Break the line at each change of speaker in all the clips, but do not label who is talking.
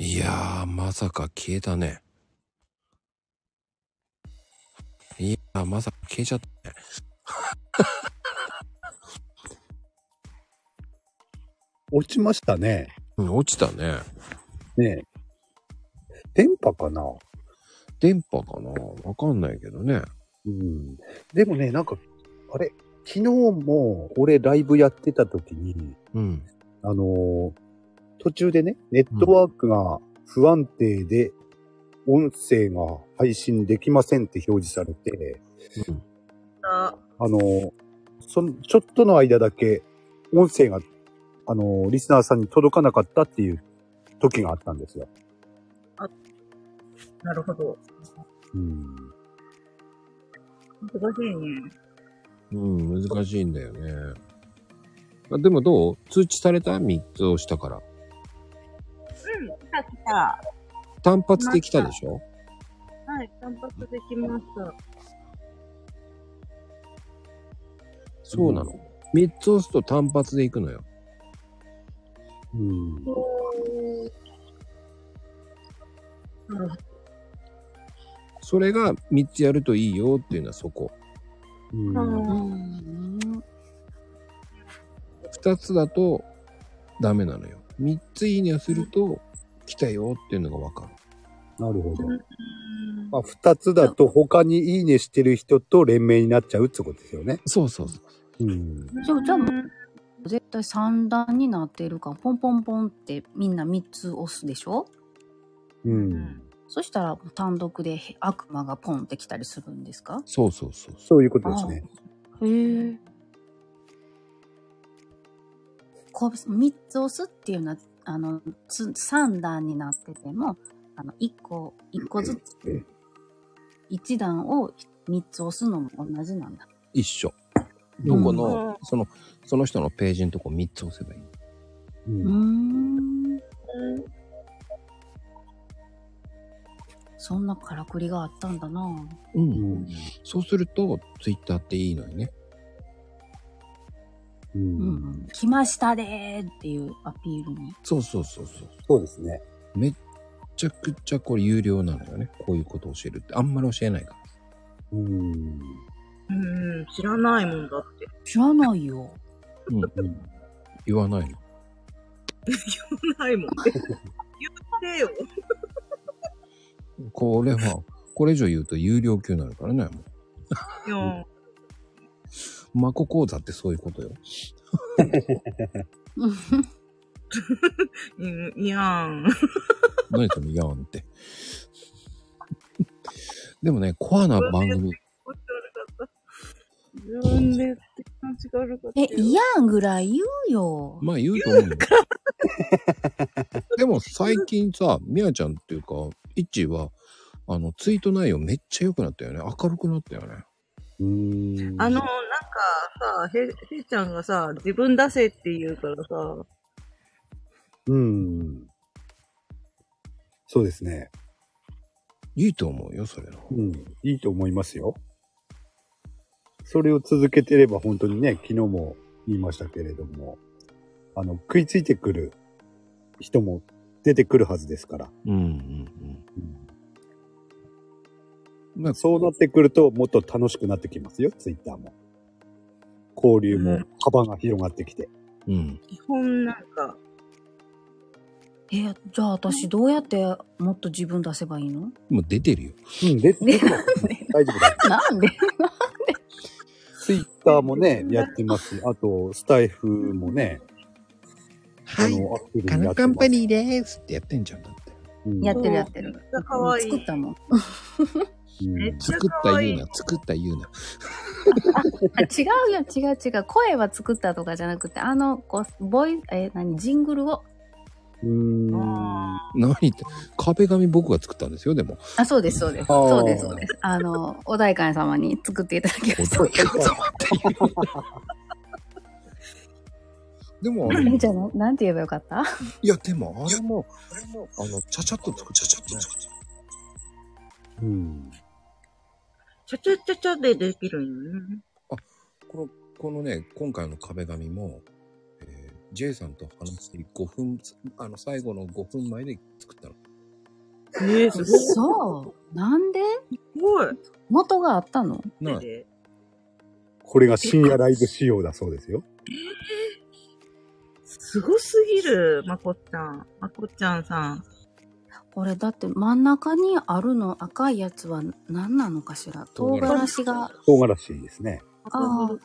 いやー、まさか消えたね。いやー、まさか消えちゃったね。
落ちましたね。
うん、落ちたね。
ねえ電波かな
電波かなわかんないけどね。
うん。でもね、なんか、あれ昨日も俺ライブやってた時に、
うん。
あのー途中でね、ネットワークが不安定で、音声が配信できませんって表示されて、
うん
あ
あのーその、ちょっとの間だけ、音声が、あのーリスナーさんに届かなかったっていう時があったんですよ。
なるほど。
うん。
難しいね。
うん、難しいんだよね。あでもどう通知された ?3 つ押したから。
うん、来た来た。は
単発で来たでしょ
い、単発できます。
そうなの。3つ押すと単発で行くのよ。
うん。
なるほど。
それが3つやるといいよっていうのはそこ。
うん。
2つだとダメなのよ。3ついいねをすると来たよっていうのがわかる。
なるほど。
うん
まあ、二つだと他にいいねしてる人と連名になっちゃうってことですよね。
そうそうそう。
うん。
そうじゃあ絶対三段になってるからポンポンポンってみんな3つ押すでしょ
うん。
そしたら単独で悪魔がポンってきたりするんですか
そうそうそうそ
そういうことですね。
へえこう3つ押すっていうのはあのつ3段になっててもあの1個一個ずつ
うん
1段を3つ押すのも同じなんだ
う。一緒。
う
ど
ん
この、その、その人のページのとこ3つ押せばいい。
う
うー
ん。
んそんなからくりがあったんだなぁ
うん。
うん。
そうすると、ツイッターっていいのにね。
う。
うんん、来ましたでーっていうアピールに。
そうそうそうそう。
そうですね。
めっちゃくちゃこれ有料なのよね。こういうことを教えるって。あんまり教えないから。
うん。
うん、知らないもんだって。
知らないよ。
うん。言わないの。
知らないもん。言ってよ。
これは、これ以上言うと有料級になるからね。も
いや、
うマコ講座ってそういうことよ。
うん、いやん。
何そのやんって。でもね、コアな番組、
自分で気持ちが悪かった
え
よ。、
いやんぐらい言うよ。
まあ言うと思うよ。でも最近さ、みやちゃんっていうか、いっちーは、あの、ツイート内容めっちゃ良くなったよね。明るくなったよね。
うん。
あの、なんかさ、へ、へいちゃんがさ、自分出せって言うからさ、
うん。そうですね。
いいと思うよ、それの。
うん。いいと思いますよ。それを続けてれば本当にね、昨日も言いましたけれども、あの、食いついてくる人も出てくるはずですから。
うんうんうん。まあ、
そうなってくると、もっと楽しくなってきますよ、ツイッターも。交流
う
も
ん
幅が広がってきて。
うん。
基本なんか、
え、じゃあ私どうやってもっと自分出せばいいの
もう出てるよ。
うん、で、で
ね
も大丈夫だ。
なんで
ツイッターもね、やってますし、あと、スタイフもね、
は
あ
い。
の、アップル
カ
にや
ノ
って
カン
ま
パ
す。
ニーですってやってんじゃん、だって。
うん
やってるやってる
めっ。ちゃ可愛い。
作ったもん。
うん
え
作った言うな、作った言うな。
あ違うよ、違う違う。声は作ったとかじゃなくて、あの、こう、ボイ、え、何、ジングルを。
うーん。
あ
何言って、壁紙僕が作ったんですよ、でも。
あ、そうです、そうです。
あー
そうです、そうです。あの、お代官様に作っていただきました。
お代官様っていう。でも、あれ
じゃあ、ななんて言えばよかった
いや、でも、あれも、あの、ちゃちゃっと作っちゃちゃっと作っちゃ
うん。
ーちゃちゃちゃちゃでできるんよね。
この、このね、今回の壁紙も、えーっ J さんと話して5分、あの、最後の5分前で作ったの。
ねえ、すごい。す
そう。なんで
ごい。
元があったの
なあ、
で
これが深夜ライブ仕様だそうですよ。
すごすぎる、まこっちゃん。まこっちゃんさん。
これだって真ん中にあるの赤いやつは何なのかしら
唐
唐
辛子
辛子が。
唐辛子ですね。
あー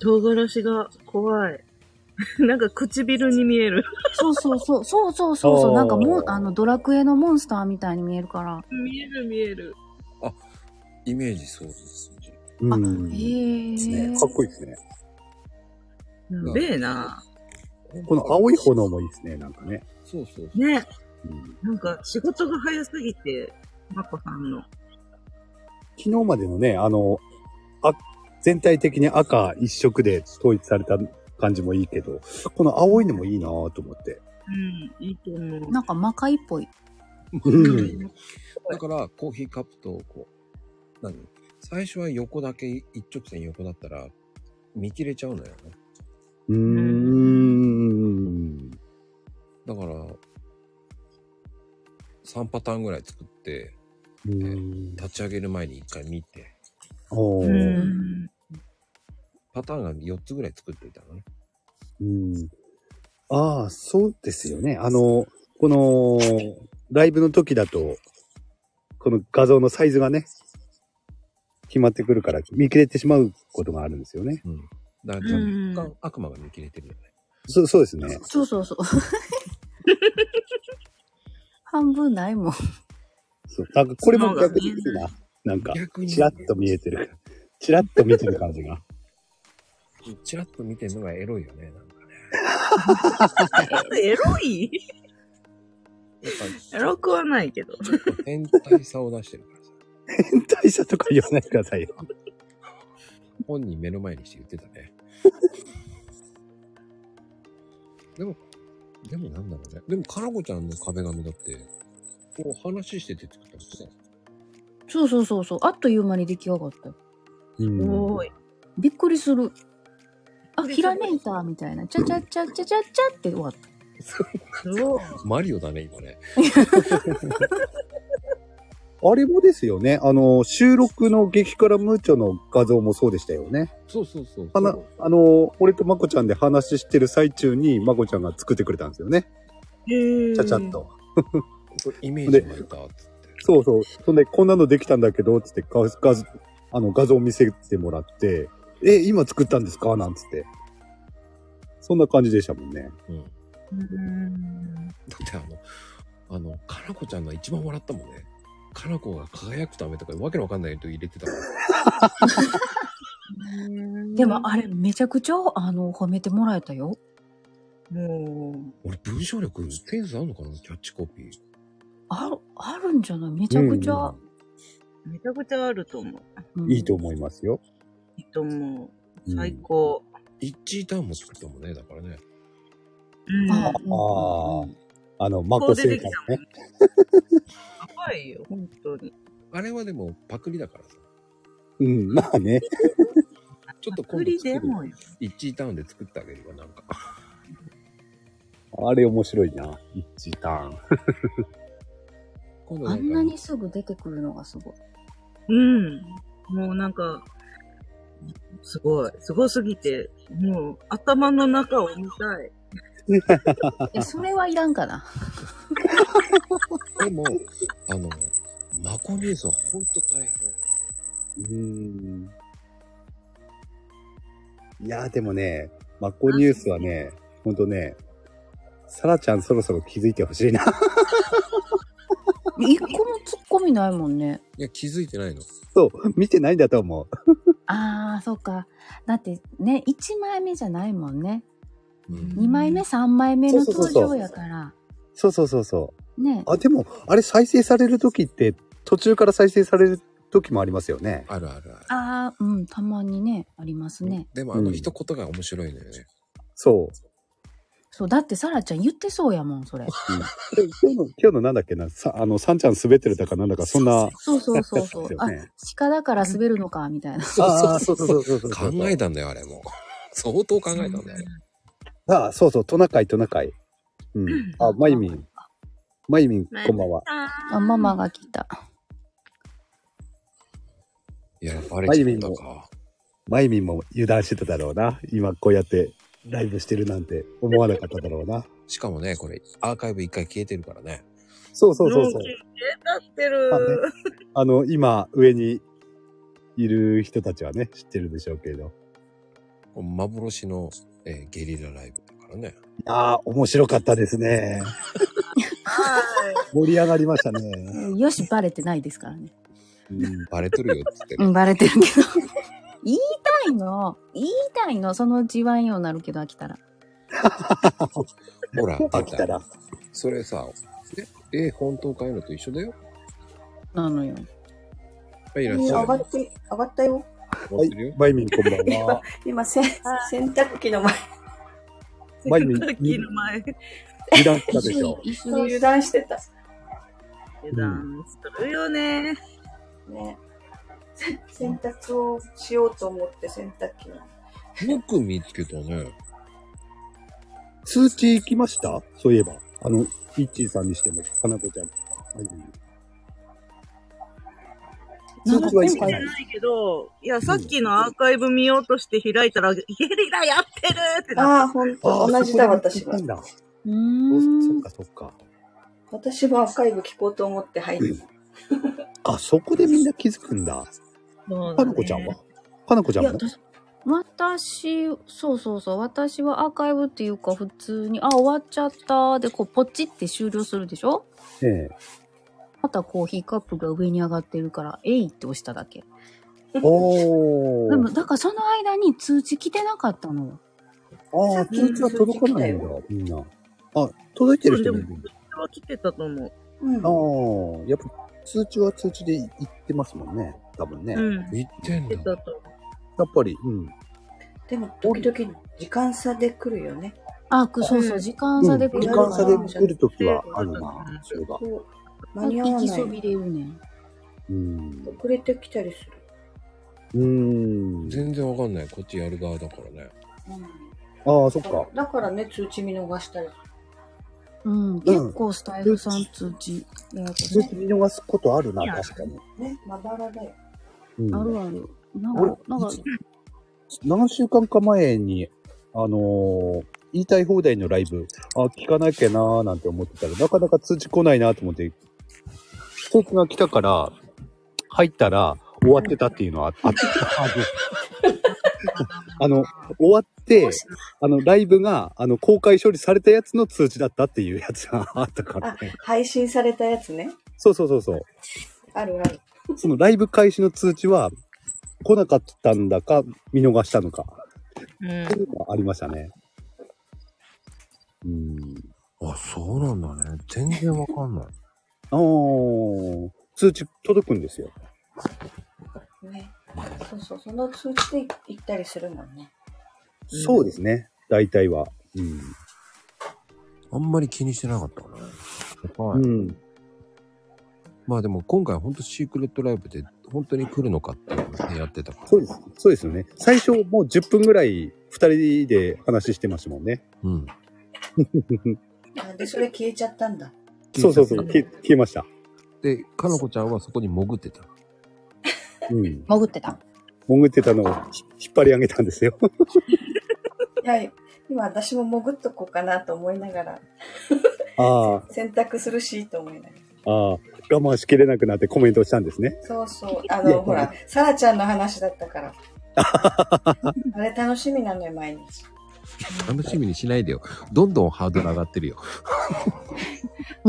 唐辛子が怖い。 なんか唇に見える。
そうそうそう。そうそうそうそ
お
う。
ー
なんかもう、あの、ドラクエのモンスターみたいに見えるから。
見える見える。
イメージそうです。
うん。で
へー
すね。かっこいいですね。
やべえな。
この青い炎もいいですね、なんかね。
そうそう。
ね。
うん
なんか仕事が早すぎて、まこさんの。
昨日までのね、あの、あ全体的に赤一色で統一された感じもいいけど、この青いのもいいなぁと思って。
うん、いいと思う。
なんか魔界っぽい。
うん。
だから、コーヒーカップと、こう、何最初は横だけ、一直線横だったら、見切れちゃうのよね。
うーん。
だから、3パターンぐらい作って、
うーん
立ち上げる前に一回見て、
おー
うん。
パターンが4つぐらい作っていたのね。
うん。ああ、そうですよね。あの、この、ライブの時だと、この画像のサイズがね、決まってくるから、見切れてしまうことがあるんですよね。
うん。だか
うん
ら若干悪魔が見切れてるよね。
そそうですね。
そうそうそう。 半分ないもん。
そうなんかこれも逆にいいな。なんか、
逆に
チラッと見えてる。チラッと見てる感じが。
チラッと見てるのがエロいよね、なんかね。
エロい
やっ
エロくはないけど。
ぱ、ちょっと変態さを出してるからさ。
変態者とか言わないでくださいよ。
本人目の前にして言ってたね。でも、でもなんだろうね。でも、かなこちゃんの壁紙だって、こう話してて作ったんですね。
そうそうそうそう。あっという間に出来上がったよ。
うん
おーい。
びっくりする。あ、
びっくりする
ひらめいたみたいな。ちゃちゃちゃちゃちゃちゃって終わった。
そう。
マリオだね、今ね。
あれもですよね。あの、収録の激辛ムーチョの画像もそうでしたよね。
そうそうそう。
あなあの、俺とまこちゃんで話してる最中に、まこちゃんが作ってくれたんですよね。
へ
ちゃちゃっ。と。
イメージがいた、つって。
そうそう。そんで、こんなのできたんだけど、つって、画画あの画像を見せてもらって、え、今作ったんですかなんつって。そんな感じでしたもんね。
うん。だ
うん。
ってあの、あの、かなこちゃんが一番笑ったもんね。かなこが輝くためとか、わけのわかんないと入れてたもん。
でもあれ、めちゃくちゃ、あの、褒めてもらえたよ。
も
俺、文章力、センスあんのかなキャッチコピー。
ある、あるんじゃないめちゃくちゃ。
う、めちゃくちゃあると思う。
うん
いいと思いますよ。
いいと思う。
うん
最高。
一致ターンも作ったもんね、だからね。
うん。
あ
こ
ああの、ま
こう
こ
出
生
てき
活
た
ね
もん。ね。やばいよ、本当に。
あれはでも、パクリだからさ。
うん、まあね。
ちょっと
ク
今度
リ
作
で
る
もよ。
一位ターンで作ってあげるわ、なんか。
あれ面白いな。一ターン。
今度な
あ
んか
んなにすぐ出てくるのがす ごい。
うん。もうなんか、すごい。すごすぎて、もう頭の中を見たい。
いや、それはいらんかな。
でも、あの、マコニュースはほんと大変。
うーん。いやーでもね、マコニュースはね、ほんとね、サラちゃんそろそろ気づいてほしいな。
一個も突っ込みないもんね。
いや、気づいてないの。
そう、見てないんだと思う。
ああ、そうか。だってね、1枚目じゃないもんね。
うん。
2枚目、3枚目の
そうそう
登
そうそう
場やから。
そうそうそうそ
ね
う。。あ、でも、あれ再生される時って、途中から再生される時もありますよね。
あるあるある。
ああ、うん、たまにね、ありますね。
でも、あの、
うん
一言が面白いのよね。
そう。
そう、だってサラちゃん言ってそうやもん、それ。
で今日の、今日のなんだっけな、さ、あの、サンちゃん滑ってるだかなんだか、そんな。
そうそうそうそう
やつ。です
あ
よね、
鹿だから滑るのか、みたいな。
あーそうそうそうそうそう
考えたんだよ、あれも。相当考えたんだね。
ああ、そうそう、トナカイ、トナカイ。うん。あ、まゆみん。まゆみん、こんばんは。
あ、ママが来た。
いや、バレちゃったか。
まゆみんも油断してただろうな。今、こうやってライブしてるなんて思わなかっただろうな。
しかもね、これ、アーカイブ一回消えてるからね。
そうそうそうそ
も
う
う。消えたってる。
あねあの、今、上にいる人たちはね、知ってるでしょうけれど。
こう幻の、えーゲリラライブだからね。
ああ、面白かったですね。
は
盛り上がりました
え
ね。
ーよし、バレてないですからね。
うん、
バレとるよって言って
う
る。
ん、バレてるけど。言いたいの。言いたいの。そのうちワインようになるけど、飽きたら。
ほ ら、
飽きたら。
それさ、ね、えー本当かいうのと一緒だよ。
なのよ。
はい、いらっ
うん
しゃ
上
い。
がって、上がったよ。
持ってるよ。
バイミンこんばんは。
今、せん洗濯機の前、
い。
まゆみん
さっきの前で
油断したでしょ。
一緒
油
です。
断してた。
断するよね。
ね。せ洗濯をしようと思って洗濯機の。
よく見つけたね。
通知来ましたそういえば。あの、イッチーさんにしても、かなこちゃん。はい、
な
通
んか
知は
前
来て
回
な
じゃ
い。
ないけど、いや、さっきのアーカイブ見ようとして開いたら、ゲリラやってるってなっ
ああ、ほんと、同じだ、私は
そこで見つけたん。だ
う
そそ
ー
っ
ん。
かそっか。
私もアーカイブ聞こうと思って入った。
あ、そこでみんな気づくんだ。
そう
か
だ
な
ね
こちゃんはかなこちゃ
い
ん
や、
も
私私、そうそうそう。私はアーカイブっていうか、普通に、あ、終わっちゃった。で、こう、ポチって終了するでしょ
ええ。
またコーヒーカップが上に上がってるから、えいって押しただけ。
お
でも、
ー。
だからその間に通知来てなかったのよ。
ああ、通知は届かないんだ、みんな。あ、届いてる人もいるんだ。
私は来てたと思う。
う
あ
ん
あ、やっぱ通知は通知で言ってますもんね。多分ね。
う
や
ん。
見てん
来て
だ。
たと
っ
思
ぱり、うん。
でも、時々、時間差で来るよね。
あ、くそうそう、時間差で来
うん
る
時
から。
間差で来るときはあるな。そういえば。
こう、間に合
行
わ
き
な
そ
い。
びれるねん。
うん。
遅れてきたりする。
うん。
全然わかんない。こっちやる側だからね。
ああ、そっか。
だからね、通知見逃したりする。
うん、結構スタイフさん通知。ややこしい
通知見逃すことあるな、
いや
確かに。
ね、まばらだよ。
うん
あるある。なん
俺
か、なんか、
何週間か前に、あのー言いたい放題のライブ、あ、聞かなきゃなーなんて思ってたら、なかなか通知来ないなと思って、通知が来たから、入ったら、終わってたっていうのはああった。あの、終わって、あの、ライブが、あの、公開処理されたやつの通知だったっていうやつがあったからね。
配信されたやつね。
そうそうそうそう。
あるある。
そのライブ開始の通知は来なかったんだか、見逃したのか、
う。うん
っていうのがありましたね。うん。
あ、そうなんだね。全然わかんない。
あー通知届くんですよ。
ね。そうそう、その通知で行ったりするもんね。
うん
そうですね。大体は。うん。
あんまり気にしてなかったな。はい。
うん。
まあでも今回ほんとシークレットライブで本当に来るのかっていうのをねやってたから。
そうです。そうですよね。最初もう10分ぐらい2人で話してましたもんね。
うん。
あで、それ消えちゃったんだ。
そうそうそう。消え消えました。
で、かなこちゃんはそこに潜ってた。
うん。
潜ってた。
潜ってたのをひ引っ張り上げたんですよ。
はい。今私も潜っとこうかなと思いながら、
ああ、
洗濯するしと思いながら。
ああ、我慢しきれなくなってコメントしたんですね。
そうそう。あ
いや
の、ほら、さらちゃんの話だっ たから。あれ楽しみなのよ、毎日。
楽しみにしないでよ。どんどんハードル上がってるよ。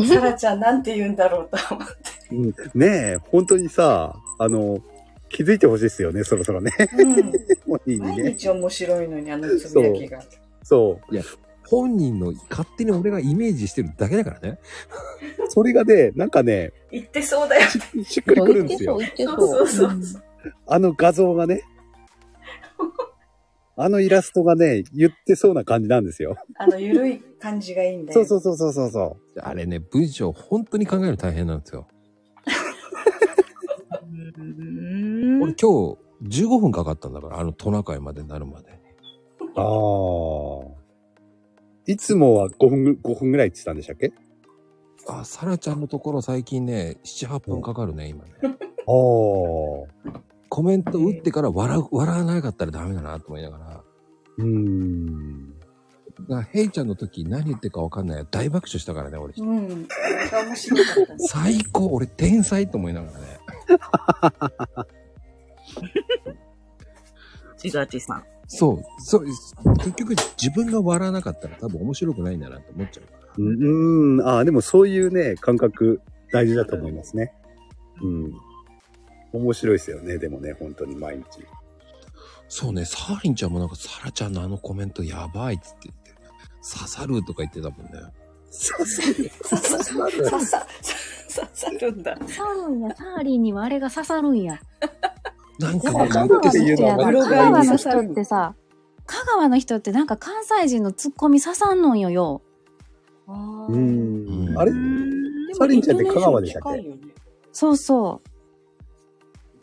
さらちゃんなんて言うんだろうと 思って。
うんねえ、本当にさ、あの、気づいてほしいですよね、そろそろね。
う
本人
ん。
に
毎
ね。
日面白いのに、あのつぶやきが。
そ
本人の勝手に俺がイメージしてるだけだからね。
う。それがね、なんかね、
言ってそうだよ。
しっくりくるんですよ。
行って
そう
そ
そう
う。
そう。
あの画像がね。あのイラストがね、言ってそうな感じなんですよ。
あの、ゆるい感じがいいんだよ。
そうそうそうそうそうそ
あれね、文章本当に考えるの大変なんですよ。
うん
俺今日15分かかったんだから、あのトナカイまでなるまで。
ああ。いつもは5分ぐ、5分ぐらいって言ってたんでしたっけ
あ、サラちゃんのところ最近ね、7、8分かかるね、今ね。
ああ。
コメント打ってから笑う、笑わなかったらダメだなと思いながら。だか
うーん。
ら、ヘイちゃんの時何言ってるかわかんない。大爆笑したからね、俺。
うん。それが面白かったね。
最高俺天才と思いながらね。
ちがちさん。
そう。そう、結局自分が笑わなかったら多分面白くないんだなと思っちゃうから。
うーん。ああ、でもそういうね、感覚大事だと思いますね。うん。面白いですよね、でもね、本当に毎日。
そうね、サーリンちゃんもなんかサラちゃんのあのコメントやばいっつって言って、刺さるとか言ってたもんね。
刺さる
ささ、ささ、ささ、さるんだ。
刺さるんや。サーリンにはあれが刺さるんや。
なん
や
か
っぱ
ね、
香
香
川
川
の人
の人
や
や
か、
からら
香
香
川
川
の
の
人
人
っ
ってて
さ、香川の人ってなんか関西人のツッコミ刺さんのんよよ。
あ
うー
ー
ん。
うん
あれサリンちゃんって香川でしたっけ
近いよね
そうそう。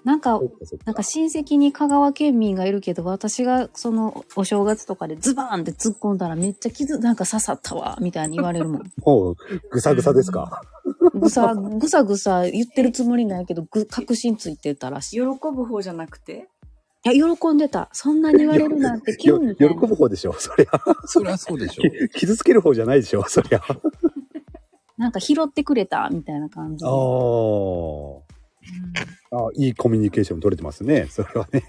なんか
そ、っかそっ
なん
か
か親戚に香川県民がいるけど、私がそのお正月とかでズバーンって突っ込んだらめっちゃ傷、なんか刺さったわ、みたいに言われるもん。
もう、ぐさぐさですか。
ぐさ、ぐさぐさ言ってるつもりないけど、ぐ、確信ついてたらしい。
喜ぶ方じゃなくて
いや、喜んでた。そんなに言われるなんて、キュ
よ
ンみ
喜
たいな。
ぶ方でしょ、 そりゃ。
そりゃそうでしょ。
傷つける方じゃないでしょ、そりゃ。あ
なんか拾ってくれた、みたいな感じ
ー
で。
あー。いいコミュニケーション取れてますね、それはね。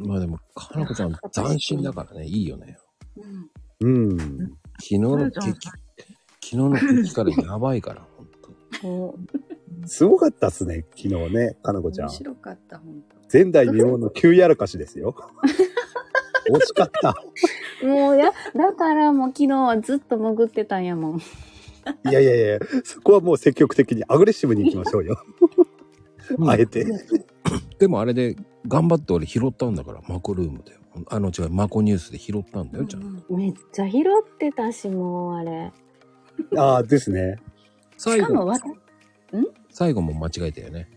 うんまあでも、かなこちゃん斬新だからね、いいよね。
うん。
うん。
昨日の敵、昨日の敵からやばい から、本当に。
こう
すごかったっすね、昨日ね、かなこちゃん
面。白かった、ほんと。
前代未聞の急やらかしですよ。惜しかった。
もうや、だからもう昨日はずっと潜ってたんやもん。
いやいやいや、そこはもう積極的にアグレッシブに行きましょうよ。あえて。
でもあれで、頑張って俺拾ったんだから、マコルームで。あの違う、マコニュースで拾ったんだよ、ちゃんと。
めっちゃ拾ってたし、もうあれ。
ああ、ですね。
最
しかも
後、
私、
最後も間違えたよね。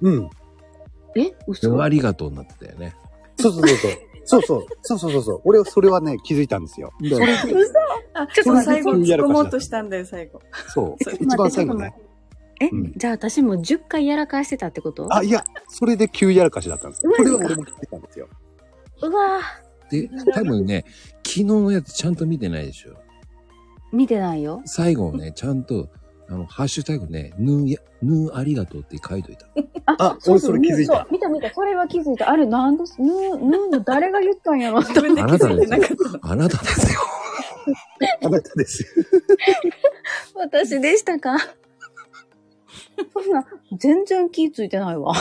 うん。
え嘘
ありがとうになってたよね。
そうそうそうそう。そうそう。そうそうそうそう。俺はそれはね、気づいたんですよ。
だから
あ、ちょっと最後、
そんな
突っ込もうとしたんだよ、最後。
そう
そう。
一番最後ね。
え、
うん
じゃあ私も10回やらかしてたってこと
あ、いや、それで急やらかしだったんです。
マ
こ
ジ
れ
か
は俺も気づいたんですよ。
うわ
で、多分ね、昨日のやつちゃんと見てないでしょ。
ぁ見てないよ。
最後をね、ちゃんと、あの、ハッシュタグね、ぬーや、ぬーありがとうって書いといた。
あ
う
俺
う
それ気づいた
そう見た見た。それは気づいた。あれ、なんです、ぬ、ぬの誰が言ったんやろ
自分で気づいてなかった。
あなたですよ。
あなたですよ。
私でしたかそんな、全然気ついてないわ。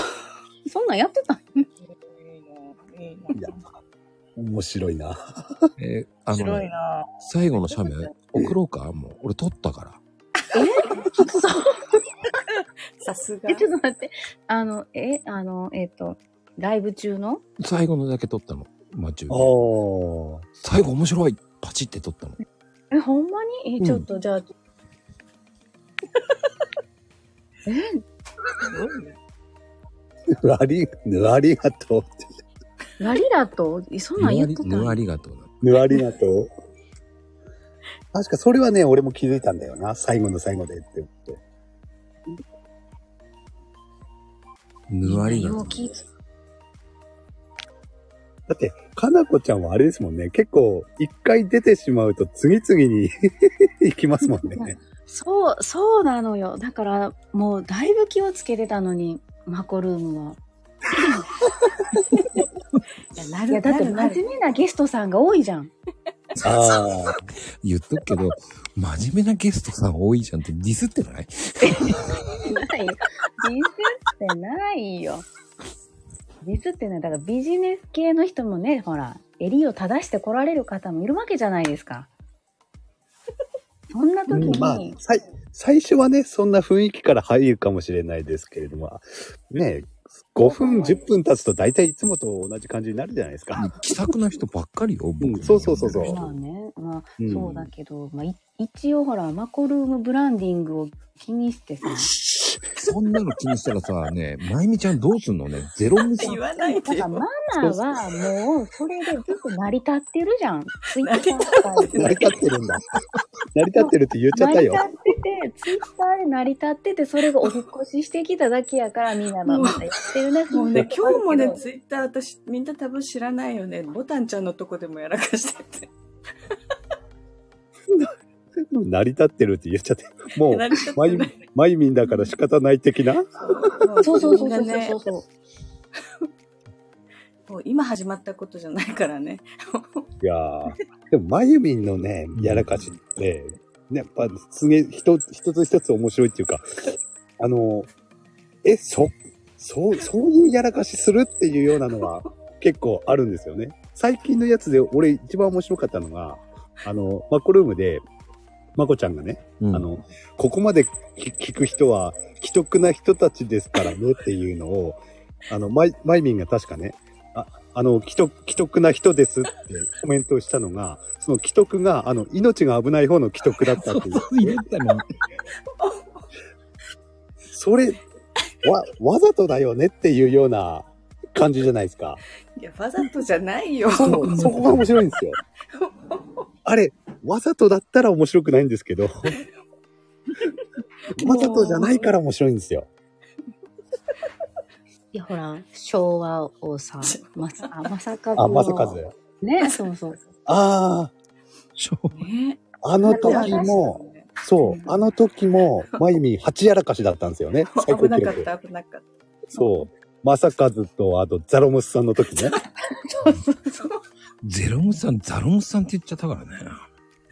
そんなんやってた
いい
いや、面白いな。
えー
な
あのね、
な
最後の写メ送ろうかもう、俺撮ったから。
さすが
え、。ちょっと待って。あの、え、あの、えっ、と、ライブ中の
最後のだけ撮ったの。待ち受
あ
け
あ。
最後面白いパチって撮ったの。
え、ほんまに
う
え、
ん
ちょっと、じゃあ。 え、
あり、ありがとうって。
ラリラと、えそん
ぬ
な
あ
ん言って
り、
た
ぬありがとうだ。
ぬありがとう。確かそれはね、俺も気づいたんだよな。最後の最後でって言って。
ぬありがと
よ
う
う。気ぃつ
だって、かなこちゃんはあれですもんね。結構、一回出てしまうと次々に 行きますもんね。
そう、そうなのよ。だから、もう、だいぶ気をつけてたのに、マコルームは。
ない
や、
る、
だっ
な
て、
る、な
真
る。
面目なゲストさんが多いじゃん。
あ
言っとくけど、真面目なゲストさん多いじゃんってディスってない
ないよ。ディスってないよ。ディスってない。だから、ビジネス系の人もね、ほら、襟を正して来られる方もいるわけじゃないですか。そんな
あ。
時に、
まあ、さい最初はね、そんな雰囲気から入るかもしれないですけれども、ねえ、5分、10分経つと大体いつもと同じ感じになるじゃないですか。
気さくな人ばっかりよ、僕、
うんそうそうそうそう
まあね、まあ、
うん
そうだけど、まあ、い一応ほら、マコルームブランディングを気にしてさ、
そんなの気にしたらさ、ね、まゆみちゃんどうすんのねゼロミス。
言わない
だ
で
から
よ。
マナーはもうそれでずっと成り立ってるじゃん。ツイッターと
成り立ってるんだ。 成り立ってるって言っちゃっ
成
た
り
よ
立。ってて、ツイッターで成り立ってて、それがお引っ越ししてきただけやから、みんながまたやってるね。
もうね、今日もね、
ツ
ツイッター私、みんな多分知らないよね。ボタンちゃんのとこでもやらかしてて。
成り立ってるって言っちゃって。もう、
成り立
ま
って
ゆ
な
み
い。、
まゆみんだから仕方ない的な
イそうそうそうそう
みんなね
そうそう。
もう今始まったことじゃないからね。
いやーでも、まゆみんのね、やらかしって、ね、やっぱ、すげえ、一つ一つ一つ面白いっていうか、あの、え、そ、そう、そういうやらかしするっていうようなのは結構あるんですよね。最近のやつで、俺一番面白かったのが、あの、マッコルームで、まこちゃんがね、
うん
あの、ここまで聞聞く人は、既得な人たちですからねっていうのを、 あの、マイ、マイミンが確かね、あ、あの、既得、既得な人ですってコメントをしたのが、その既得が、あの、命が危ない方の既得だったっていう。
言ったの。
それ、わ、わざとだよねっていうような感じじゃないですか。
いや、わざとじゃないよ。
そうそこが面白いんですよ。あれ、わざとだったら面白くないんですけど、わざとじゃないから面白いんですよ。
いや、ほら、昭和王さん、まさ、あまさか
あ、まさかず。
ね、そうそう。
あ
しょ
ね
あ、あの時も、そう、あの時も、まゆみん8やらかしだったんですよね。最高
危な
記
かっ
録。
た、危なかっ
そう。まさかずと、あと、ザロムスさんの時ね。
ゼロムさん、ザロムさんって言っちゃったからね。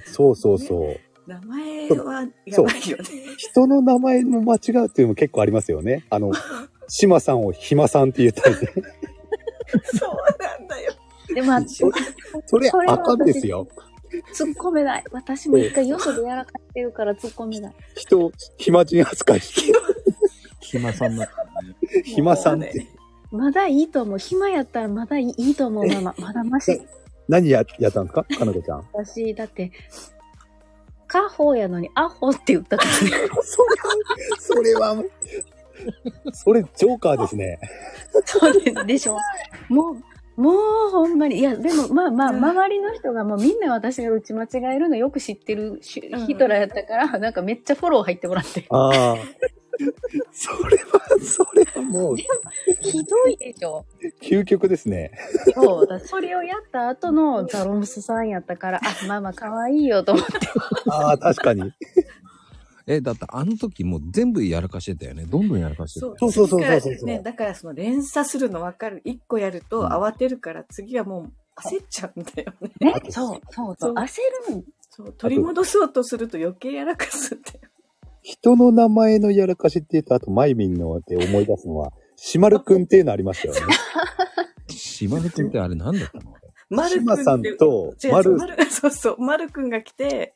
そうそうそう。
た。名前はやばいよね。
人の名前も間違うっていうのも結構ありますよね。あの、島さんをひまさんって言ったりね。
そうなんだよ。
でも、
そそれ、あかんですよ。
突っ込めない。私も一回よそでやらかしてるから突っ込めない。
人を暇人扱いして、
暇さんだったね。
暇さんって。
まだいいと思う。暇やったらまだいいいいと思うママ。まだまし。
何や、やったんですかかなこちゃん。
私、だって、カホやのにアホって言ったからね。
それは、それは、それ、ジョーカーですね。
そうですでしょ。もう、もうほんまに。いや、でもまあまあ、
うん
周りの人がもうみんな私が打ち間違えるのよく知ってるし
うん
ヒトラーやったから、なんかめっちゃフォロー入ってもらって。
ああ。それは、それはもう、
ひどいでしょ。
究極ですね。
そう。だそれをやった後のザロムスさんやった から、あ、ママ可愛いよと思って。
ああ、確かに。
え、だってあの時もう全部やらかしてたよね。どんどんやらかしてた
そ
よ
う。
そうそうそうそうそう
次からね、だからその連鎖するの分かる。一個やると慌てるから、次はもう焦っちゃうんだよ ね。
ね
あ、と
そう、そう
そ
そうう。焦るん
そう、取り戻そうとすると余計やらかすって。
人の名前のやらかしって言うと、あと、マイミンので思い出すのは、しまるくんっていうのありましたよね。
島根君ってあれなんだったの
マル君
島さ
っ
ん
て、
と
違う、
まる
マル そうそう、マル君が来て、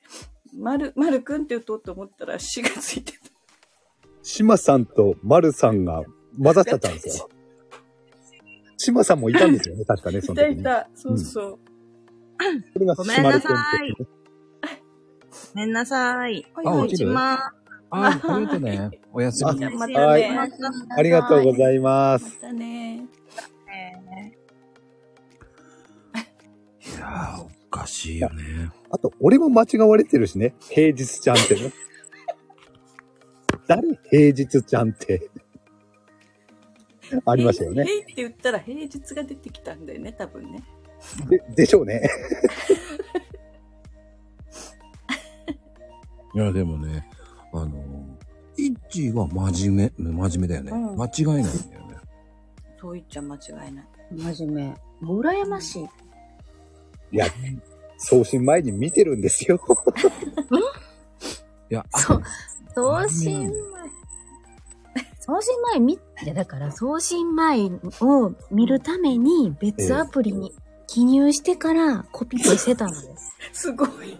マル、マル君って言うとと思ったら、死がついてた。
しまさんとまるさんが混ざっちゃったんですよ。しまさんもいたんですよね、確かね、その
いた
時
い
ね。
た、そうそう。
それが
ご
し
めん
ま
な
るくん
さ
って
い。ごめんなさい。
はい
あ
はい
落ち
し
る
ま
ああ、食べてね。おやすみ。
じゃあま
は
た
い
ね。
ありがとうございま。
ますたね。
いやー、おかしいよね。
あと、俺も間違われてるしね。平日ちゃんってね。誰平日ちゃんって。ありましたよね。
へいへいって言ったら平日が出てきたんだよね、多分ね。
で、でしょうね。
いや、でもね、あのー、イッチーは真面目、真面目だよね。
うん
間違いないんだよね。
そういっちゃ間違いない。
真面目。もう羨ましい。
いや、送信前に見てるんですよ。
いや、あ
そう。送信前。送信前見、いやだから送信前を見るために別アプリに記入してからコピペしてたの です。
すごい。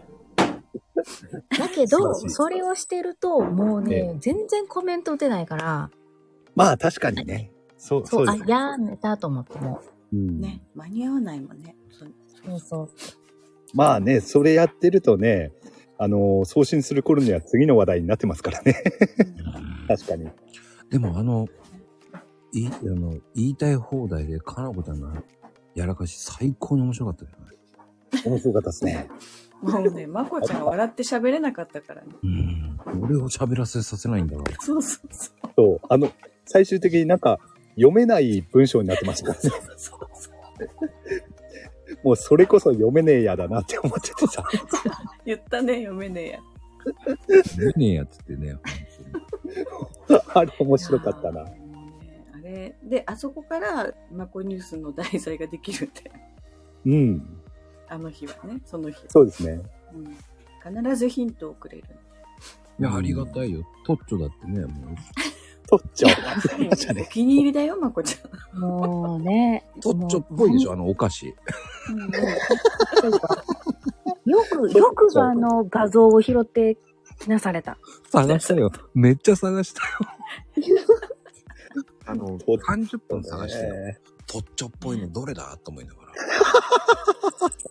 だ
素晴
けど、
らしい
それをしてるともう
え
ね、全然コメント打てないから、
まあ、確かにね。そう、
そ
そう
う、
で
あ
す、。
やめたと思っても
う
う。
ん
ね、間に合わないもんね。そう
そうそう。
まあね、それやってるとね、あのー送信する頃には次の話題になってますからね。確かに。
でもあの、い、あの、言いたい放題で、かなこちゃんがやらかし最高に面白かったじゃない
面白かったですね。
もうね、まこちゃんが笑って喋れなかったからね。
うん。俺を喋らせさせないんだから。
そうそうそう。
そう、あの、最終的になんか読めない文章になってましたね。
そうそう
もうそれこそ読めねえやだなって思っててさ。
言ったね、読めねえや。
見ねえやつってね。
あれ面白かったな。
あれ、で、あそこから、マコニュースの題材ができるんで、
うん。
あの日はね、その日。
そうですね。
うん、必ずヒントをくれる。
いや、ありがたいよ。トッチョだってね、もう。
とっちゃ
お気に入りだよ、まこちゃん。
もうね。
トッチョっぽいでしょ、あのお菓子。
うんうんよく、よくあの画像を拾ってきなされた。
探したよ。めっちゃ探したよ。あの、
トッチ
30分
う
探したよ。
ね。
トッチョっぽいのどれだと思いなが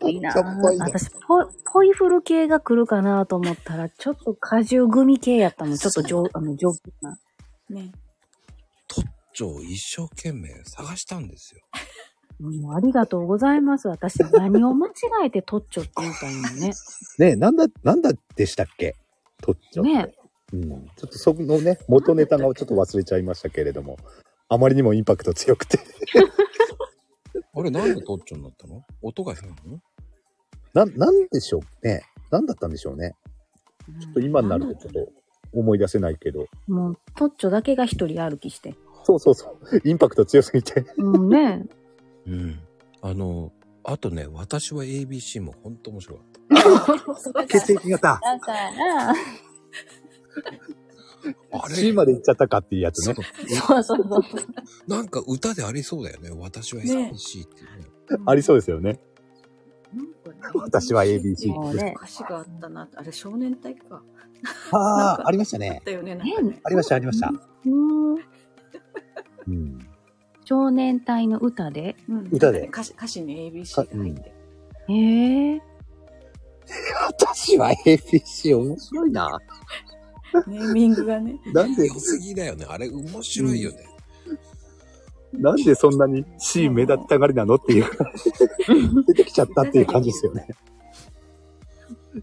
ら。
いいな
ちょっといいな
私ポ、ポイフル系が来るかなと思ったら、ちょっと果汁組系やったもん。ちょっと上、あの、上品な。
ね。
ちょ、一生懸命探したんですよ。
もうありがとうございます。私、何を間違えてトッチョって言ったんや ね。
ねえ、なんだ、なんだでしたっけとっちゃ
ね
うん。ちょっとそのね、元ネタがちょっと忘れちゃいましたけれども、あまりにもインパクト強くて、
あれ、なんでトッチョになったの音が変なの
な、なんでしょうね。なんだったんでしょうね。ちょっと今になるとちょっと思い出せないけど、
もう、トッチョだけが一人歩きして。
そうそうそう、インパクト強すぎて。
うんね。
うん。あの、あとね、私は ABC も本当面白かった。
血液型
だから、
あれ
C まで行っちゃったかっていうやつ
そう
ね。
そうそうそう。
なんか歌でありそうだよね。私は ABC っていうね。
ありそうですよね。
なんかね
私は ABC
もうね
歌詞があったなって。あれ、少年隊か。
あ
ああ
りました
あっ。たよね、なん
ね
かね。
ありました、ありました。
うん
うん。
少年隊の歌で。
うん
歌で
歌詞歌詞に ABC が入って。
へえ。
私は ABC 面白いな。
ネーミング がね。
なんで
良、すぎだよね。あれ、面白いよね。
なんでそんなに C 目立ったがりなのっていう、 出てきちゃったっていう感じですよね。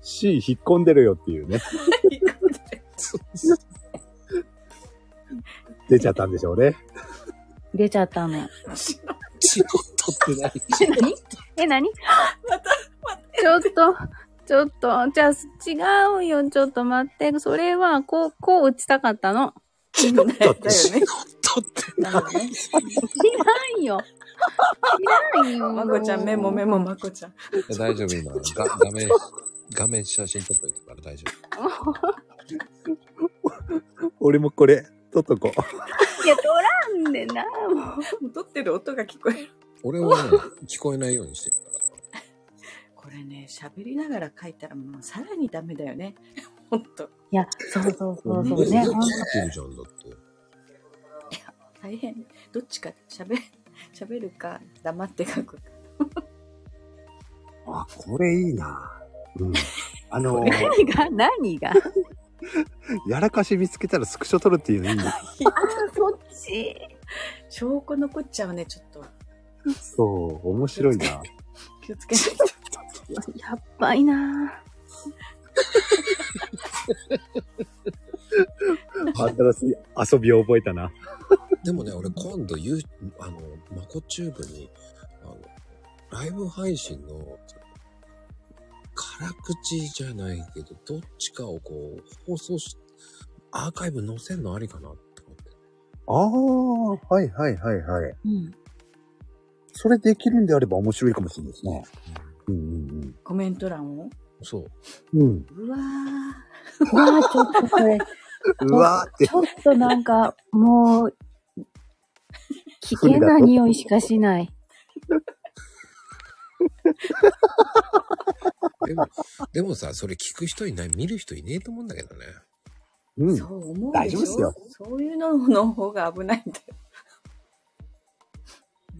C 引っ込んでるよっていうね、出ちゃったんでしょうね。
出ちゃったの。
仕事ってない。
え、何え、何 ちょっと、ちょっと、じゃあ、違うよ、ちょっと待って。それは、こう、こう打ちたかったの。
違うんだよね。
事って
なのね。
違うよ。違うよ。
まこちゃん、メモメモ、まこちゃん。
いや大丈夫、 今。が画面、画面写真撮っといたから大丈夫。
俺もこれ、取っとこ
いや、取らんでな、もう。
撮ってる音が聞こえる。
俺はね、聞こえないようにしてるから。
これね、喋りながら書いたらもうさらにダメだよね。ほんと。
いや、そうそうそう
も
そうね。
ずっ
ほ
と
ん
撮ってるじゃんだって。
大変。どっちか喋、喋るか、黙って書くか。
う。あ、これいいな。うん。あの
何が何があ、
やらかし見つけたらスクショ取るっていうのいいな。
そっち。
証拠残っちゃうね、ちょっと。
そう、面白いな。
気をつけない
やっばいな
新しい遊びを覚えたな。
でもね、俺今度、ゆうあの、マコチューブに、あの、ライブ配信の、辛口じゃないけど、どっちかをこう、放送し、アーカイブ載せんのありかなって思って。
ああ、はいはいはいはい。
うん。
それできるんであれば面白いかもしれないですね。うんうん
コメント欄を。
そう。
うん。うん。
うわー。
うわあ、ちょっとこれ、
うわーって
ち。ょっとなんか、も う、危険な匂いしかしない。
でも、でもさ、それ聞く人いない、見る人いねえと思うんだけどね。
うん。
そう思うでしょ
大丈夫ですよ
そういうのの方が危ないんだよ。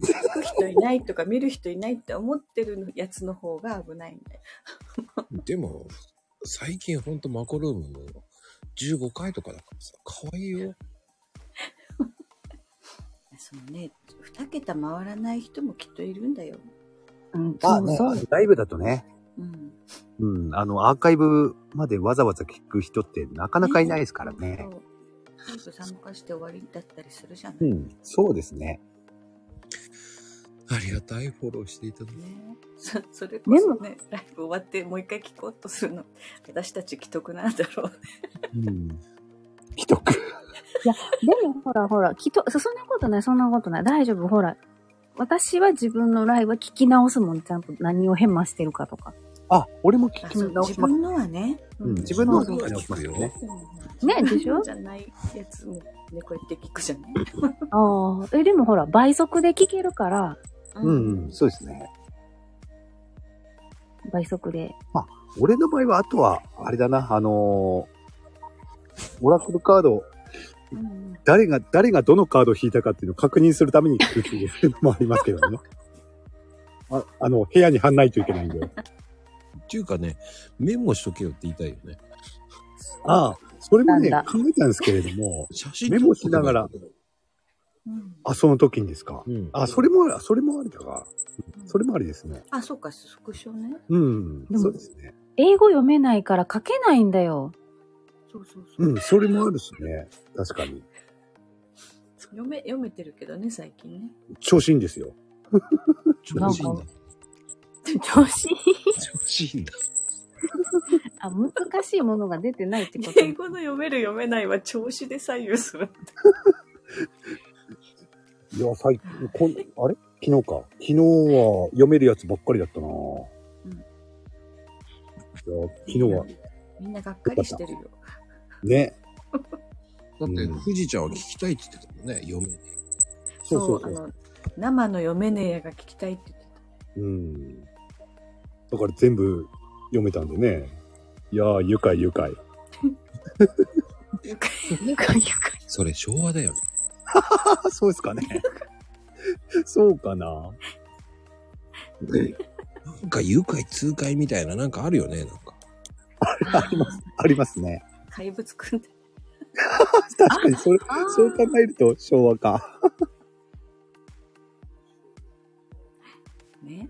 聞く人いないとか見る人いないって思ってるやつの方が危ないんだよ。
でも、最近ほんとマコルームの15回とかだからさ、可愛いよ。
そのね、二桁回らない人もきっといるんだよ。
うん、
まあ
そう
ね
そう。、
ライブだとね、
うん。
うん、あの、アーカイブまでわざわざ聞く人ってなかなかいないですからね。
そう。ちょっと参加して終わりだったりするじゃな
う
い、
ん、そうですね。
ありがたいフォローしていただいて。
ね。そ それこそね、ライブ終わってもう一回聞こうとするの、私たち既得なんだろうね。
うん。一く。
でもほらほら、きっと、そそんなことない、そんなことない。大丈夫、ほら。私は自分のライブは聞き直すもん、ちゃんと何をヘマしてるかとか。
あ、俺も聞
あ
き
そう
直
自
します。
分のはね。
うん、自分の
自
方
分の
が直しますよね。
ねでしょ
じゃないやつも、ね、こうやって聞くじゃない
ああ、え、でもほら、倍速で聞けるから、
うん、うん、そうですね。
倍速で。
俺の場合は、あとは、あれだな、あのーオラクルカード、
うん
誰が、誰がどのカードを引いたかっていうのを確認するために聞くっていうのもありますけどね。 ああの、部屋に貼んないといけないんで。
っていうかね、メモしとけよって言いたいよね。
ああ、それもね、
なんだ
考えたんですけれども、
写真
メモしながら
撮っとけばいい
うん
あ、その時にですか。
うん。
あ、それも、それもありだか。それもありですね。
あ、そうか、スクショね。
うん、
でも
そうですね。
英語読めないから書けないんだよ。
そうそうそう。
うん、それもあるしね。確かに。
読め、読めてるけどね、最近ね。
調子いいんですよ。
調子いいんだ。
調子いい。
調子いいんだ。
あ、難しいものが出てないってこと。
英語の読める読めないは調子で左右する。
いや、最近、こんあれ昨日か。昨日は読めるやつばっかりだったなぁ。
うん
いや昨日は、
みんながっかりしてるよ。
ね。
だって、
うん
富士ちゃんは聞きたいって言ってたもんね、読めねえ。
そうそうそう
あの、生の読めねえやが聞きたいって言って
うん。だから全部読めたんでね。いやー、愉快愉快。
た。よく
ゆかゆか。
それ昭和だよね。
あ、 そうですかね。 そうかな
なんか愉快痛快みたいななんかあるよね、なんか。
ありますね。
怪物くんって。
確かに、それ、そう考えると昭和か。
ね。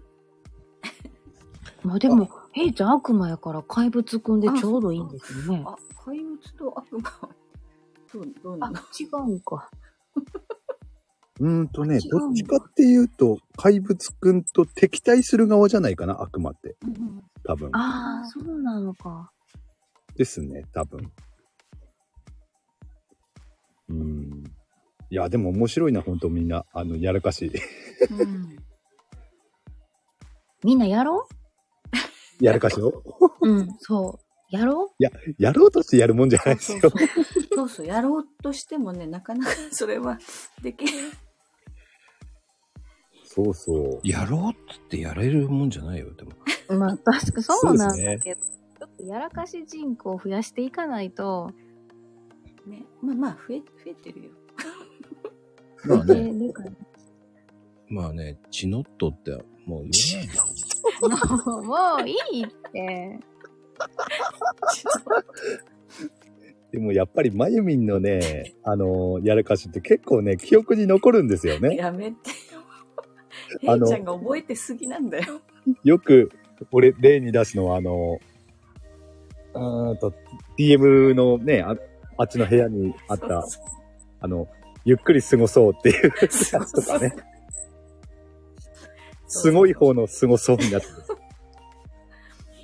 まあでも、ヘイちゃん悪魔やから怪物くんでちょうどいいんですよね。
あ、怪物と悪魔は。どう、どうな
あ
の、
違うんか。
うーんとね、
違うの
どっちかっていうと、怪物くんと敵対する側じゃないかな、悪魔って。多分。
ああ、そうなのか。
ですね、多分。うーん。いや、でも面白いな、本当みんな。あの、やらかしい。
うん
みんなやろ
やらかしを。
ううん、そう。やろ
やろうとしてやるもんじゃないです
そう
よ
そ。う。そうそう。やろうとしてもね、なかなかそれはできない。
そうそう。
やろうって言ってやれるもんじゃないよ、でも。
うまあ、確かそうなん
そうで
だ
す
けど。ちょっとやらかし人口を増やしていかないと、
ね。まあまあ、増え、増えてるよ。
まあね、
えーなんか
まあね、チノットってもう言えないな。
もうもういいって。
でもやっぱり、まゆみんのね、あのやらかしって結構ね、記憶に残るんですよね。
やめてよ。ヘ
あ
イ
の
ちゃんが覚えてすぎなんだよ。
よく、俺、例に出すのは、あのうーんと、DM のね、ああっちの部屋にあった、
そう
あの、ゆっくり過ごそうっていうやつとかね。すごい方の過ごそうになってる。
そ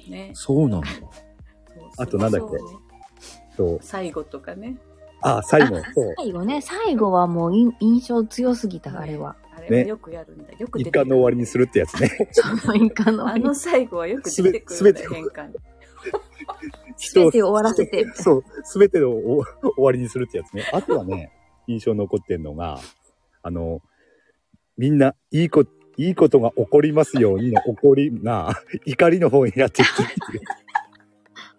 うね。
そうなんだ。
そう
あとなんだっけ
そうね
そう。
最後とかね。
あ、最後。そう。
最後ね、最後はもうい印象強すぎた、あれは。
あれはよくやるんだ。よく出
一
てくる。
巻の終わりにするってやつね。
そのイカの
あ
あの
の最後はよく出てくるんだよ、
す
変換。
全てを終わらせて。
そう、すべてをお終わりにするってやつね。あとはね、印象に残ってんのが、あの、みんないいこ、いいことが起こりますようにの起こりが、怒りの方にやっていくっていう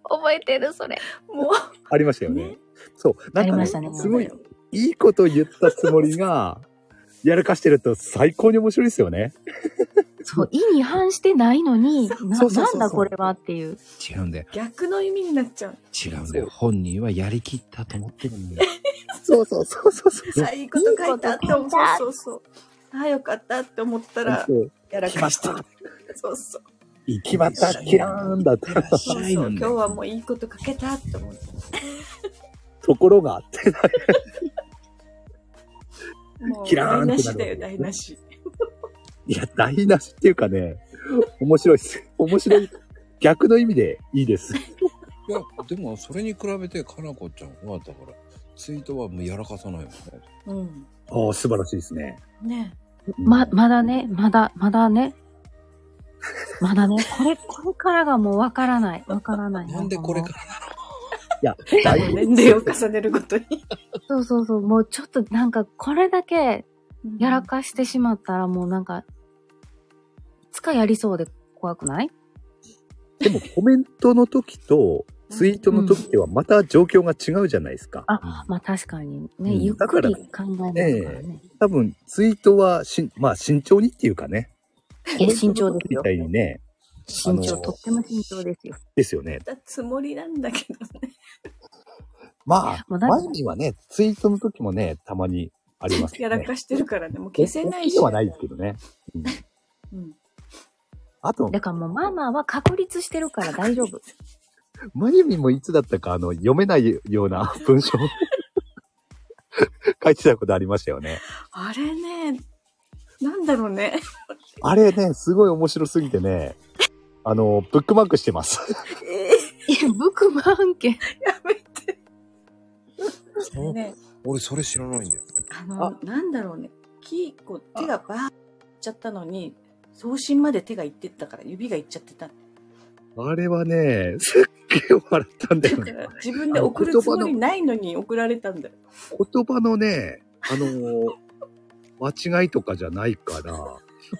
覚えてる、それ。
も
ありました
う、
よね。
ね。
そう、な
あ
ん
り
かね、
ましたね。
すごいいいこと言ったつもりが、やらかしてると最高に面白いですよね。
そう、意に反してないのに、な
そうそうそう
な
そうん
だこれはっていう。
違うんだよ。
逆の意味になっちゃう。
違うんだよ。本人はやりきったと思ってるんだよ。
そうそうそうそうそうそう。
最後と書いたって思う。
いい
そうそうそう。ああ、よかったって思ったら、やらかした。そうそう。
決まった、キラーンだった。
いらっし
そ
ゃ
う
い
そう
なんだ
今日
よ。
はもういいこと書けたって思って。
ところがあって。
もう、
キラーンって
台無
な
し
る
だよ、台無し。
いや、台無しっていうかね、面白いっす。面白い。逆の意味でいいです。
いや、でもそれに比べて、かなこちゃんは、だから、ツイートはもうやらかさないもんね。
うん。
おー素晴らしいですね。
ね
ま、まだね、まだ、まだね。まだね、これ、これからがもうわからない。わからない。
なんでこれ
もう
からなの
いや、
え。
大
年齢を重ねるごとに。
そうそうそう、もうちょっとなんか、これだけやらかしてしまったら、もうなんか、いつかやりそうで怖くない
でもコメントの時と、ツイートの時ではまた状況が違うじゃないですか。
あ、まあ確かにね、
うん
ゆっくり考えますからね。
多分、ツイートはし、まあ慎重にっていうかね。
いや慎重です
み
よ
た。いにね、
慎
あ
重、
の
とっても慎重ですよ。
ですよね。
たつもりなんだけどね。
まあ、
もうなん
前にはね、ツイートの時もね、たまにあります
や
よ
ら
ね。
かしてるからね、もう消せな
大
い
き
し
で。はないですけどね。
うん。
あと、
だからもうママは確立してるから大丈夫。
まゆみもいつだったか、あの、読めないよう な文章書いてたことありましたよね。
あれね、なんだろうね。
あれね、すごい面白すぎてね、あの、ブックマークしてます。
え
いや、ブクマ案件。
ー、やめて。
その
ね、
俺それ知らないんだよ。
あの、なんだろうね。木、こう、手がバーッいっちゃったのに、送信まで手がいってったから、指がいっちゃってた。
あれはね、すっげえ笑ったんだ
だ
よ
か
ね。
ら、自分で送るつもりないのに送られたんだよ。
言葉のね、あのー間違いとかじゃないから、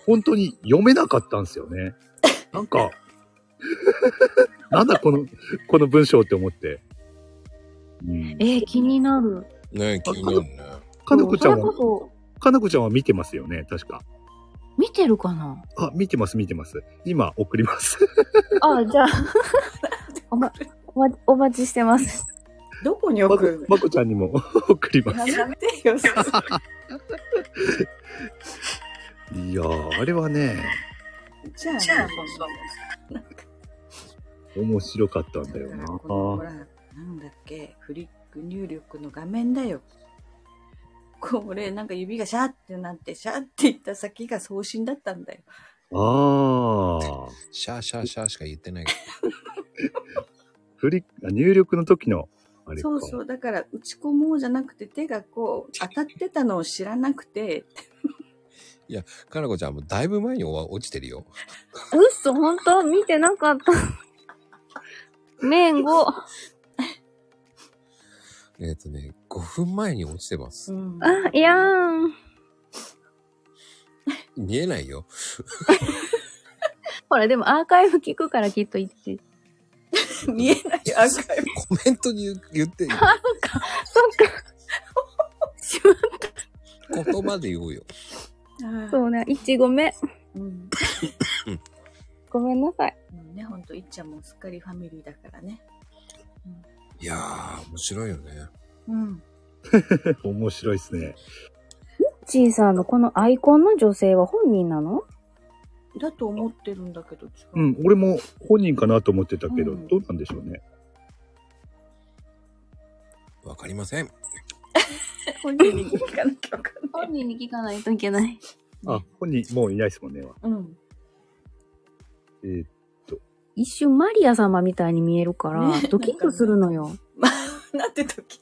本当に読めなかったんですよね。なんか、なんだこの、この文章って思って。うん
え。ー、気になる。
ねえ、気になるね。
かなこちゃん
それ
は、
こ
かなこちゃんは見てますよね、確か。
そ、見てるかな
あ、見てます、見てます。今、送り ます。
あ、じゃあ、 おま、おま、お待ちしてます。
どこに
ま
送
こ
る、
まこちゃんにも送ります。
やめて よ。
いやー、あれはね、
じゃあ、
じゃあ
そうそう。
面白かったんだよ
だ
な。
からこのほら、なんだっけ、フリック入力の画面だよ。これ、なんか指がシャーってなって、シャーっていった先が送信だったんだよ。
あー。
シャーシャーシャーしか言ってないけ
フリックあ入力の時の、あれか。
そうそう。だから、打ち込もうじゃなくて、手がこう、当たってたのを知らなくて、
ど。かなこちゃんもうだいぶ前に落落ちてるよ。
うっそ、ほんと見てなかった。ねえ、ご。あ、
えっ、とね、5分前に落ちてます。
ん
いやーん。
見えないよ。
ほら、でもアーカイブ聞くからきっと言って。
見えない アーカイブ。
コメントに言う言って、
そっか。し まっ
言葉で言おうよ。
たそうね。いちごめん。
うん。
ごめんなさい。
うんね、ほんと、いっちゃんもすっかりファミリーだからね。
いやー、面白いよね。
うん。
面白いですね。
ちーさんのこのアイコンの女性は本人なの
だと思ってるんだけど、違う。
うん、俺も本人かなと思ってたけど、
うん
どうなんでしょうね。
わかりません。
本人に聞かなきゃわかんない。
人に聞かないといけない。
あ、本人もういないですもんね。
うん。
えー
一瞬マリア様みたいに見えるから、
ね
ドキッとするのよ。
なんて時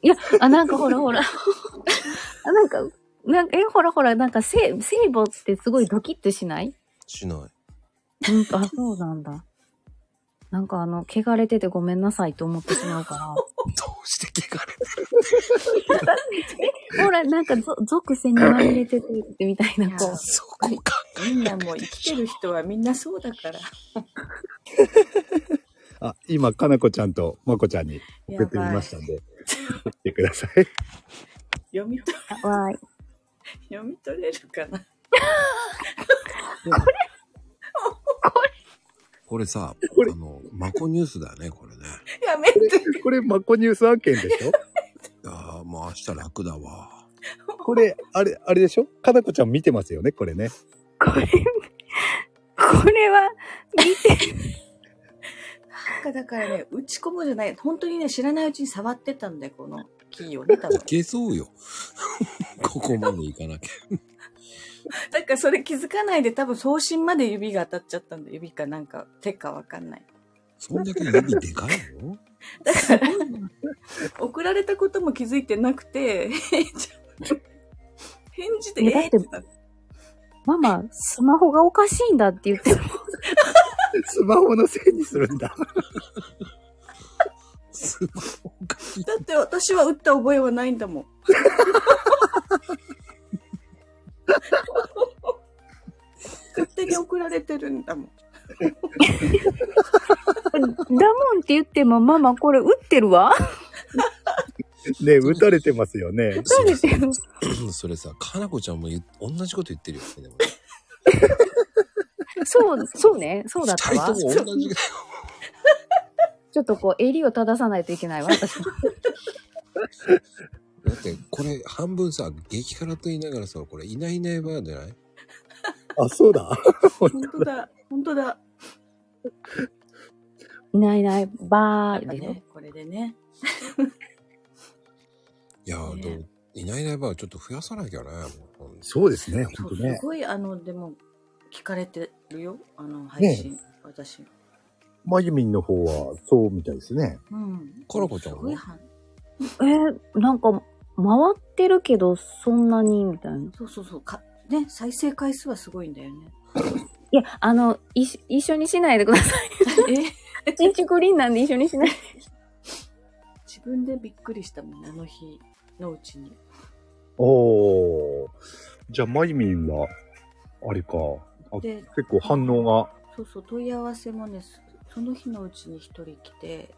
いや、あ、なんかほらほら。あ、 なんか、なんか、え、ほらほら、なんか、聖、聖母ってすごいドキッとしない
しない。
うんと、あ、 そうなんだ。なんかあの、汚れててごめんなさいと思ってしまうから。
どうして汚れ
ほら、なんか、ぞ、属性にまみれてて、みたいな、 こう。
そこか。
みんなもう生きてる人はみんなそうだから。
あ、今、かなこちゃんとまこちゃんに送ってみましたんで、送ってください。
読みと
わーい。
読み取れるかな
これさ、
これ
あの、マコニュースだよね、これね。
やめて。
これ、マコニュース案件でしょ
ああ、もう明日楽だわ。
これ、あれ、あれでしょかなこちゃん見てますよね、これね。
これ、これは、
なんかだからね、打ち込むじゃない、本当にね、知らないうちに触ってたんだよ、このキーをね、多分
い。けそうよ。ここまでいかなきゃ。
だからそれ気づかないで、多分送信まで指が当たっちゃったんだよ指かなんか、手かわかんない。
そんだけ指でかいの
だから、 送られたことも気づいてなくて、 返事で、
いやだって
えーってなって
ママ、スマホがおかしいんだって言 ってる。
スマホのせいにするん だ。
すごいおかしい。
だって私は打った覚えはないんだ もん。勝手に送られてるんだもん。
だもんって言っても、ママこれ打ってる わ。
ね打たれてますよね。
打ってる。
それさ、かなこちゃんも言う同じこと言ってるよね、でもね。
そう、そうね。そうだった
二人
わ。
とも同じぐらい。
ちょっとこう、襟を正さないといけないわ、私。
だって、これ、半分さ、激辛と言いながらさ、これ、いないいないばあじゃない
あ、そうだ。
本当だ。本当だ。
いないいない、ばーで
ね、これでね。
いやー、
ね
でも、いないいないばあちょっと増やさなきゃね。もう
そうですね、
そ
ほんと
うす
ね。
ごい、あの、でも、聞かれてるよ。あの、配信。私。
まゆみんの方は、そうみたいですね。
うん。
コラコちゃん
す
は
ごいは
えーなんか、回ってるけど、そんなに、みたいな。
そうそうそう。かね、再生回数はすごいんだよ ね。
いや、あの、いし一緒にしないでください。
え
一日グリーンなんで一緒にしない。
自分でびっくりしたもん、あの日のうちに。
おー。じゃあ、まゆみんは、あれか。あ
で
結構反応が。
そうそう、問い合わせもね、すその日のうちに一人来て。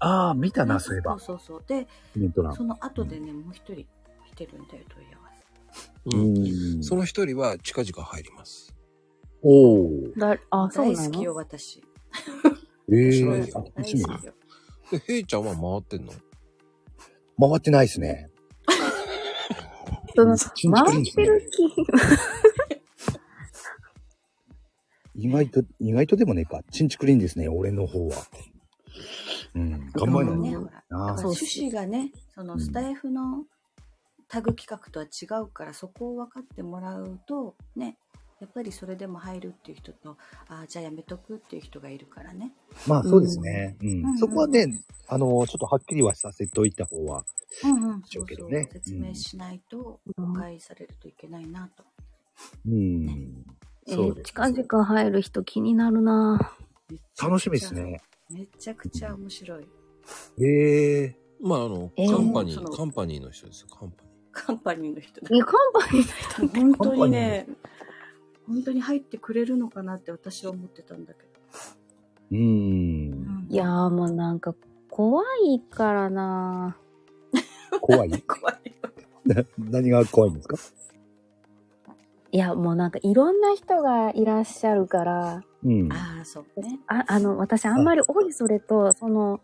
ああ、見たな、そういえば。
そうそうそう。で、
コメント欄
そ。の後でね、もう一人来てるんだよ、問い合わせ。
う
うん
ん。
その一人は近々入ります。
おー。
だあ、そう
大
な
好き
の
よ、私。
え
白い
ー、
よ
あ
大
一名
好きよ。
で、ヘイちゃんは回ってんの
回ってないですね。
その
一日グリー
回
ン
っ
ですね
てる 気。
意外と、意外とでもねえか。チンチクリーンですね、俺の方は。うん、頑張
あ
る
の
の
ね、
ね。
ほら。
あ
だ
あ
から
そう
趣旨がね、そのスタイフのタグ企画とは違うから、そこを分かってもらうと、ね、やっぱりそれでも入るっていう人と、ああ、じゃあやめとくっていう人がいるからね。
まあそうですね。うん。
うん
そこはね、あの、ちょっとはっきりはさせといた方は。
うんうん、
そ
そうう
け
そ
ど
う、
ね
説明しないと誤解されるといけないなと。
うん。
え
そう
ー
です
近々入る人気になるな
楽しみですね。
めちゃくちゃ面白い。
へえ。
まあ、あの、
えー
カンパニ
そ
ー、
の
カンパニーの人ですよ、カンパニー。
カンパニーの人だ
いや、カンパニー
本当にね、本当に入ってくれるのかなって私は思ってたんだけど。
うん。
いやー、もうなんか、怖いからな
怖い
怖い。
な何が怖いんですか
いや、もうなんか、いろんな人がいらっしゃるから、
うん。
ああ、そうね。
ああの、私、あんまり多いそれと、その、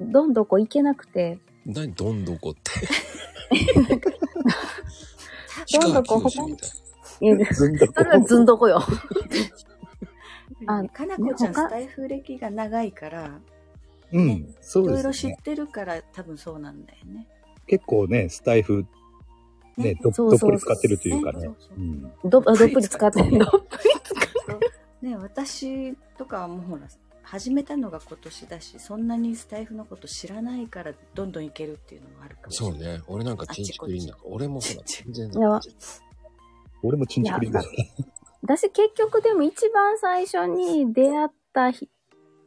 どんどこ行けなくて、
何どんどこって。
どんどこ
氷川きよしみたい
いや
ずんだ
それはずんどこよ。あ
あ、かなこち
ね
ゃん、
他
スタイフ歴が長いから、
うん。そ
いうろいろ
で
知
す
っ
ね。
てるから、多分そうなんだよね。
結構ね、スタイフ、ね、ど
そう
ど
そう
っぷり使ってるというかね
ね。そう
う。
そうん
ど、あどっぷり使ってる。どっぷり使って
ね、私とかはもうほら、始めたのが今年だし、そんなにスタイフのこと知らないから、どんどんいけるっていうのもあるかもしれ
そう
ない。
ね。俺なんかチンチクリーンだから。俺もほら、全然
いや
俺もチンチクリーンだから。
私結局でも一番最初に出会ったひ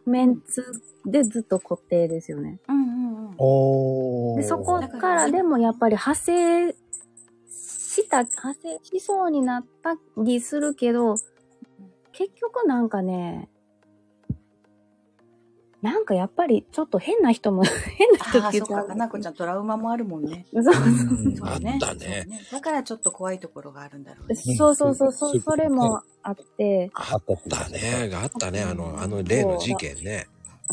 メンツでずっと固定ですよね。
うんうんうん。
おー。
でそ こからでもやっぱり派生した、派生しそうになったりするけど、結局なんかね、なんかやっぱりちょっと変な人も、変な人
あ
っ
あ、
て
そ
言っちゃ
うか、
う。
かなこちゃんトラウマもあるもんね。
そう
うん
そ
あ
うね
ったね。
そうだからちょっと怖いところがあるんだろうね。
そうそうそう
そう
そ、
いううこと
そ
ね
れもあって、
あったね。あったね。あの、あの例の事件ね。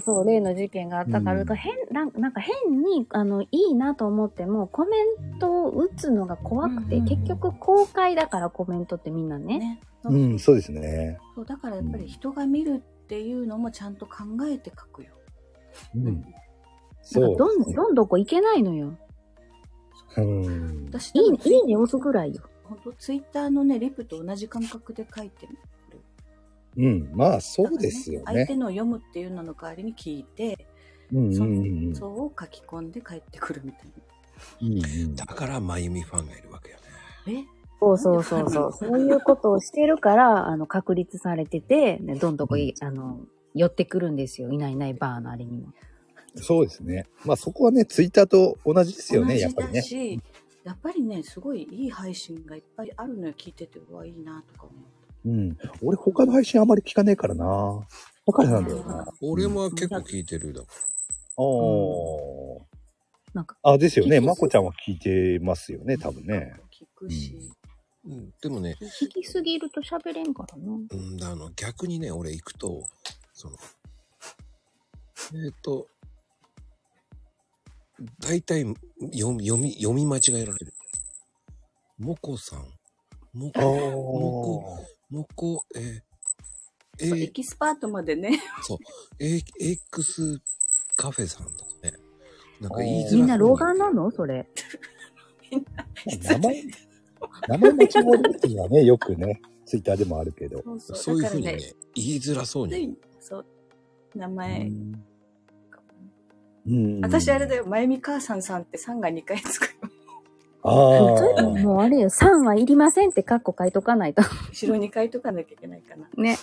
そう、例の事件があったから、
うん
変なんなんか変に、あの、いいなと思っても、コメントを打つのが怖くて、
うん
結局公開だからコメントってみんなね。
ね。
うん、そうですね。
そうだからやっぱり人が見るっていうのもちゃんと考えて書くよ。
うん。
な
そ
ん
う。
かどんどんどこ行けないのよ。
うん。
私
いい、
多分
いいね押すぐらいよ。
本当ツイッターのね、リプと同じ感覚で書いてる。
うん。まあ、そうですよ
だか
ね。
ら相手のを読むっていうのの代わりに聞いて、
うんうん
そ
うんうん。
そうを書き込んで帰ってくるみたい
うんうん
だから、まゆみファンがいるわけよね。
な。え
そうそうそう そう。そういうことをしてるから、あの、確立されてて、ね、どんどこい、あの、寄ってくるんですよ。いないいないバーのあれにも。
そうですね。まあ、そこはね、ツイッターと同じですよね、やっ
同じ
ぱり
だ
ね。
し、やっぱりね、すごいいい配信がいっぱいあるのよ、聞いてて、うわ、いいなとか思う。
うん。俺、他の配信あまり聞かねえからな。だからなんだよな。
俺も結構聞いてるだ
あ
なんか、
あ。あ、ですよね。まこちゃんは聞いてますよね、多分ね。。
聞くし、
うん。でもね、
聞きすぎると喋れんからな。
うん、あの、逆にね、俺行くと、その、えっ、と、大体読み、読み、読み間違えられる。もこさん、も
あ
こ、もこ、えー、え
そうエ
ー
キスパートまでね、
えー、X カフェさんとかね。なんか言いづら
みんな老
眼
眼なのそれ。
名前、名前間違えるっていうのはね、 よくね、ツイッターでもあるけど。
そうそう
そういうふうに
だ
ね
からね、
言いづらそう
つ
に。
いそう、名前、
うん。
私あれだ。よ、まゆみ母さんさんってさんが2回つくよ。
あ
ちょっと
あ。
もうあれよ、3はいりませんってカッコ書いとかないと。
後ろ2回とかなきゃいけないかな。
ね。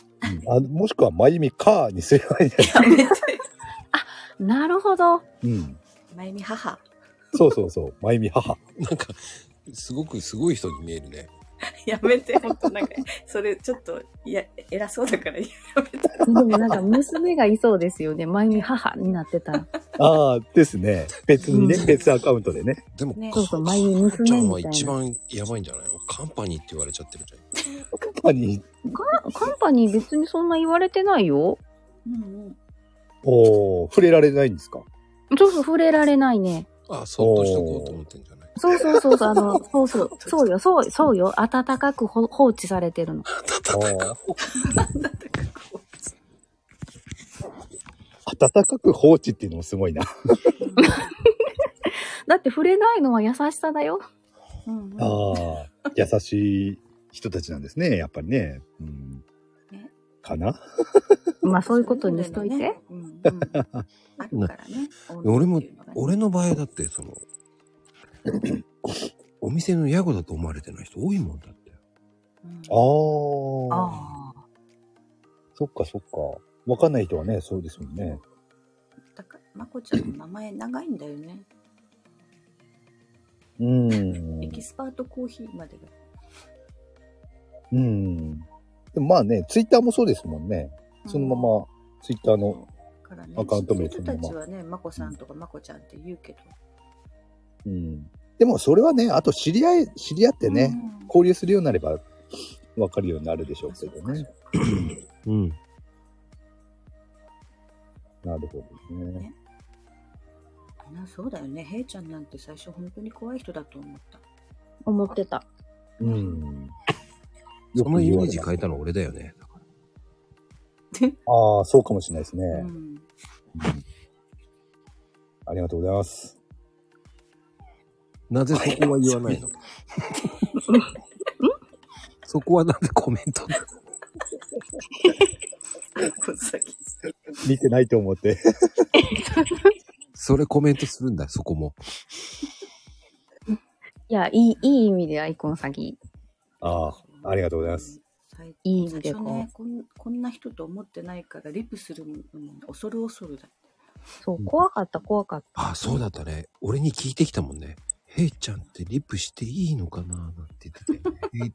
あもしくは、まゆみかーにすればいいんじゃない
やめて。
なるほど。
うん。
まゆみ母。
そうそうそう。まゆみ母。
なんか、すごくすごい人に見えるね。
やめて、ほんとなんか、それちょっと、いや、偉そうだからやめて。
でもなんか娘がいそうですよね。まゆみ母になってた ら。
ああ、ですね。別にね、別アカウントでね。
でも、
ね
そうそう、まゆみ
かっちゃ
娘
んは
みたい
一
な。
番やばいんじゃないのカンパニーって言われちゃってるじゃん。
パに、
カンパニー別にそんな言われてないよ。
うんうん。
おー触れられないんですか
そうそう、触れられないね。
あ、そっとしとこうと思ってんじゃない
そうそうそうそう、あの、そう そう、そうよ、そう、そうよ、暖かくほ放置されてるの。
暖かく放置っていうのもすごいな。
だって触れないのは優しさだよ。
うんうん
ああ、優しい人たちなんですね、やっぱりね。うん
ね、
かな
まあそういうことにしといて。。
うんうん、あるからね。
俺も
女っ
俺
ていうのがね、
の場合だって、その、お店のヤゴだと思われてない人多いもんだって。
う
あ
ん
あ、
ああ。
そっかそっか。わかんない人はね、そうですもんね。
だから、まこちゃんの名前長いんだよね。
うん
エ。キスパートコーヒーまでが。
うん。でもまあね、ツイッターもそうですもんね。そのまま、ツイッターの、
からね、
アカウント名
知ってる人たちはね、まこさんとかまこちゃんって言うけど。
うん。でもそれはね、あと知り合い、知り合ってね、
うん
交流するようになれば、わかるようになるでしょうけどね。
うん。
なるほどね。
なそうだよね。ヘイちゃんなんて最初本当に怖い人だと思った。
思ってた。
うん。
そのイメージ変えたの俺だよね。
ああ、そうかもしれないですね。
うん。
ありがとうございます。
なぜそこは言わないのそこはなんでコメント
見てないと 思って。
それコメントするんだ、そこも。
いや、いい、いい意味でアイコン詐欺。
ああ、ありがとうございます。
最
いい意味で
最初ねこん、こんな人と思ってないから、リプするのも恐る恐るだ。
そう、怖かった、怖かっ
ああ、そうだったね。俺に聞いてきたもんね。ヘイちゃんってリップしていいのかななんて言 ってて。ヘイ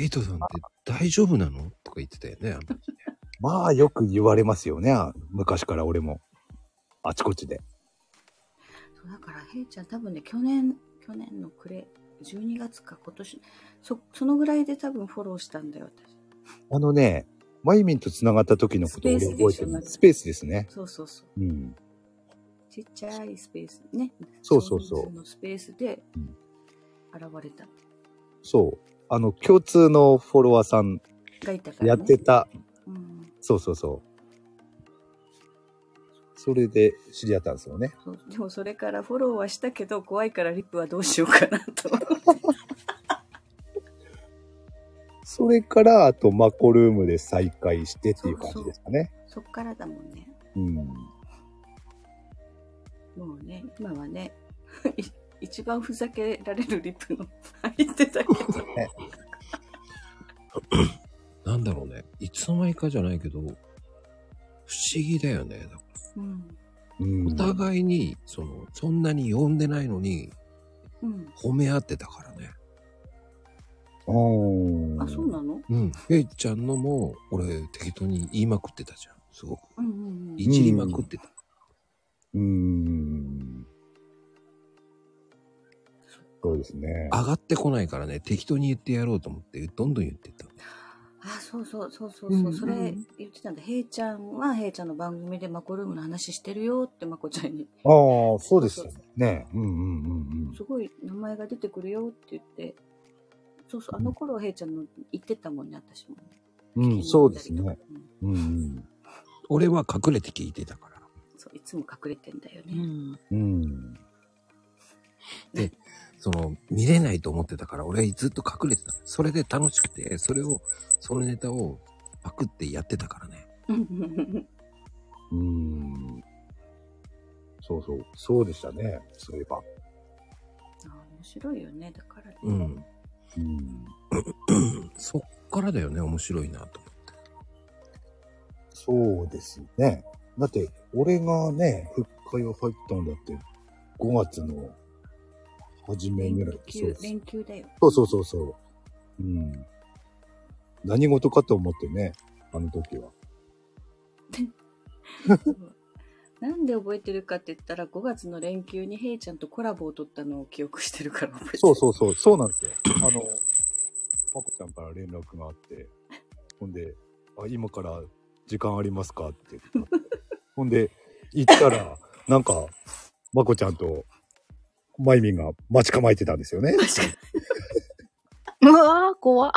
ヘイトさんって大丈夫なのとか言ってたよね。あの時ね
まあよく言われますよね。あ昔から俺も。あちこちで。
そうだから、ヘイちゃん多分ね、去年、去年の暮れ、12月か今年、そ、そのぐらいで多分フォローしたんだよ、私。
あのね、まゆみんと繋がった時のことを俺
スペースで
覚え
してょ
る。スペースですね。
そうそうそう。
うん。
ちっちゃいスペースね。
そうそうそう
のスペースで
うん
現れた。
そう。あの、共通のフォロワーさん
がいたから、ね。
やってた。
うん。
そうそうそう。それで知り合ったんですよね。
そうでもそれからフォローはしたけど、怖いからリップはどうしようかなと。
それから、あと、マコルームで再会してっていう感じですかね。
そっからだもんね。
うん。
もうね、今は ね、い一番ふざけられるリップの入ってたけど。
なんだろうね。いつの間にかじゃないけど、不思議だよね。だから
うん。
うん
お互いに、その、そんなに呼んでないのに、
うん。
褒め合ってたからね。
うん
あ、そうなの
うん。ヘイちゃんのも、俺、適当に言いまくってたじゃん。すごく。
うんうんうん。
いじりまくってた。
うん。そうですね。
上がってこないからね、適当に言ってやろうと思って、どんどん言ってった。
あ、そうそうそうそうそう、
うん
それ言ってたんだ。ヘイちゃんはヘイちゃんの番組でマコルームの話してるよってマコちゃんに。
ああ、そうですよね。うんうんうん
すごい名前が出てくるよって言って。そうそう、あの頃ヘイちゃんの言ってたもんね、私も。
うん。うん、そうですね。
う
う
ん。
んうん。
俺は隠れて聞いてたから。
そう、いつも隠れてんだよね。
うん。
その、見れないと思ってたから、俺ずっと隠れてた。それで楽しくて、それを、そのネタをパクってやってたからね。
うん。そうそう。そうでしたね。そういえば。
あ面白いよね、だからね。
うん。
うん。
そっからだよね、面白いなと思って。
そうですね。だって、俺がね、復活を入ったんだって、5月の初め
連
ぐらい。そう
休
で、す
連休だよ。
そうそうそうそう。うん。何事かと思ってね、あの時は。
そうなんで覚えてるかって言ったら、5月の連休にヘイちゃんとコラボを取ったのを記憶してるから覚えてる
そうそうそう、そうなんですよ。あの、まこちゃんから連絡があって、ほんで、あ、今から時間ありますかって言った。ほんで、行ったら、なんか、まこちゃんと、まゆみんが待ち構えてたんですよ ね。
うわー、怖っ。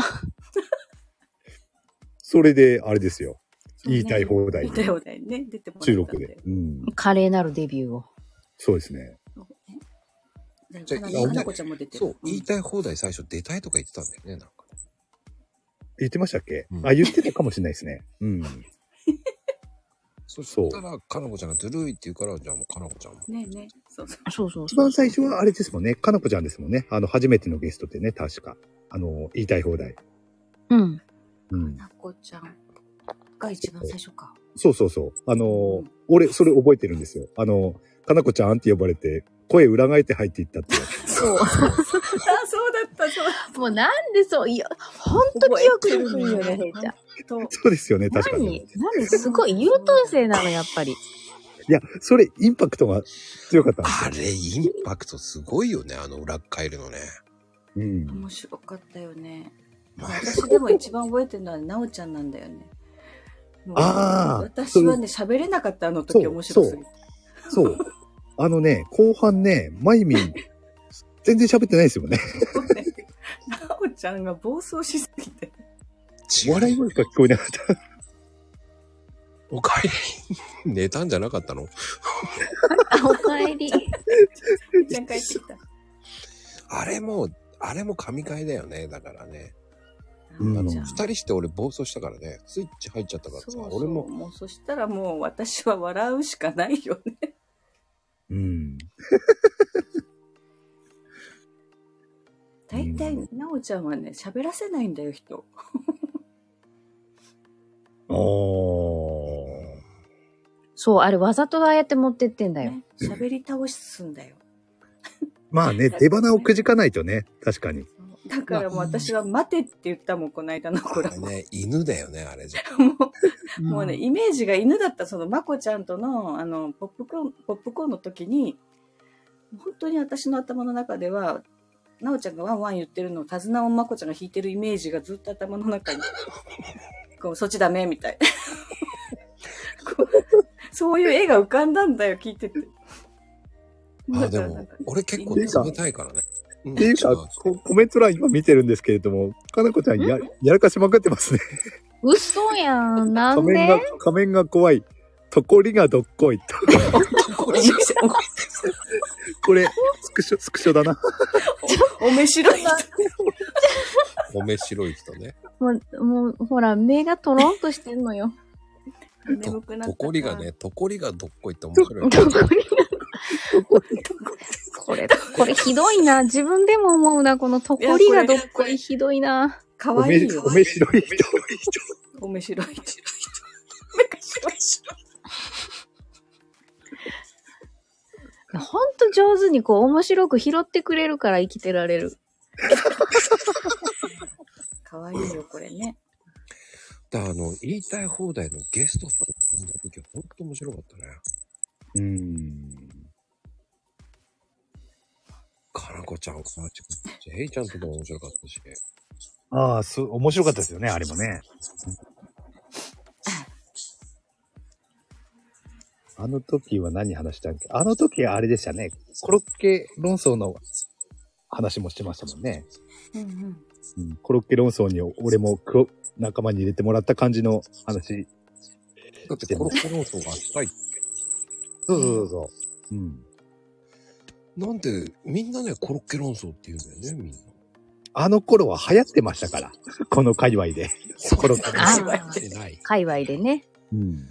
それで、あれですよ。
そうね
言いたい放題
言いたい放題ね。出てもらった
収
ん
録で。。うん。
華麗なるデビューを。
そうですね。
だ
じゃあ
から
いや
かなこちゃんも出てる。
そう、
ん
言いたい放題最初出たいとか言ってたんだよね、なんか。
言ってましたっけ、
うん
あ、言ってたかもしれないですね。うん。
そ
そ
し
う
たら、かなこちゃんがずるいって言うから、じゃあもうかなこちゃんも。
ねえねえ。そうそう。
そうそう
一番最初はあれですもんね。かなこちゃんですもんね。あの、初めてのゲストでね、確か。あの、言いたい放題。
うん。
うん。
なこちゃんが一番最初か。
そうそうそう。あのー、
うん
俺、それ覚えてるんですよ。あのー、かなこちゃんって呼ばれて、声裏返って入っていった ってやつ。
そう。
あ、そうだった、そうだっ
もうなんでそう、いや、ほんと記憶力いいよね、ヘイちゃん。
た。
そうですよね、確かに。い
何何すごい優等生なの、やっぱり。
や、それ、インパクトが強かったんです
あれ、インパクトすごいよね、あの裏返るのね。
よ。うん。
面白かったよね。
まあ
私でも一番覚えてるのはなおちゃんなんだよね。もう
あー
私はね、喋れなかったあの時
そう
面白すぎて。
そう。あのね、後半ね、まゆみん、全然喋ってないですよね。
なおちゃんが暴走しすぎて。
違う
笑い声しか聞こえなかった。
おかえり。寝たんじゃなかったの
あ、おかえり。
めっちゃん帰ってきた。
あれも、あれも神回だよね、だからね。
うん
なおちゃん
二人して俺暴走したからね、スイッチ入っちゃったからさ、
そうそう
俺も、
もうそしたらもう私は笑うしかないよね。
うん。
大体
うん、
なおちゃんはね、喋らせないんだよ、人。
あー。
そう、あれ、わざとああやって持ってってんだよ。
ね喋り倒すんだよ。
まあね、出花をくじかないとね、確かに。
そうだからもう私は待てって言ったもん、この間のコラ
あれ
ボ。
ね、犬だよね、あれじゃ。
も
う
う、もうね、イメージが犬だった、その、まこちゃんとの、あの、ポップコーン、ポップコーンの時に、本当に私の頭の中では、なおちゃんがワンワン言ってるのを、手綱をまこちゃんが弾いてるイメージがずっと頭の 中に、こう、そっちダメみたい。こうそういう絵が浮かんだんだよ、聞いてて。
あ、
だか
で
らなん
も
か、
俺結構冷たいからね。っ
っていうか、こコメント欄今見てるんですけれども、かなこちゃんややらかしまくってますね。
嘘やん。な
仮
ん
面が
で、
仮面が怖い。とこりがどっこい。 とこれ、スクショ、スクショだな。
おめしろい人。
米白い人ね。
もう、もう、ほら、目がトロンとしてんのよ。
と
眠くなった
とこりがね、とこりがどっこいって面白い
ど
よ
こ
ね。
にこれ、これひどいな。自分でも思うな。このとこりがどっこいひどいな。
か
お
わ
め
いいよ
お。めしろい人。
おめしろい人。
いやほんと上手にこう面白く拾ってくれるから生きてられる。
かわいいよ、これね。
だからあの、言いたい放題のゲストさんの時は本当面白かったね。
うん。
かなこちゃん、かなちゃん、ヘイちゃんとかも面白かったし。
ああ、そう、面白かったですよね、あれもね。あの時は何話したんけあの時はあれでしたね。コロッケ論争の話もしてましたもんね。
うんうん。
うん、コロッケ論争に俺もくお仲間に入れてもらった感じの話。
だってコロッケ論争があったい。
そうそうそうそう。うん。
なんで、みんなね、コロッケ論争って言うんだよね、みんな。
あの頃は流行ってましたから。この界隈で。コロッケ論
あ
争。
間違えてない。
界隈でね。
うん。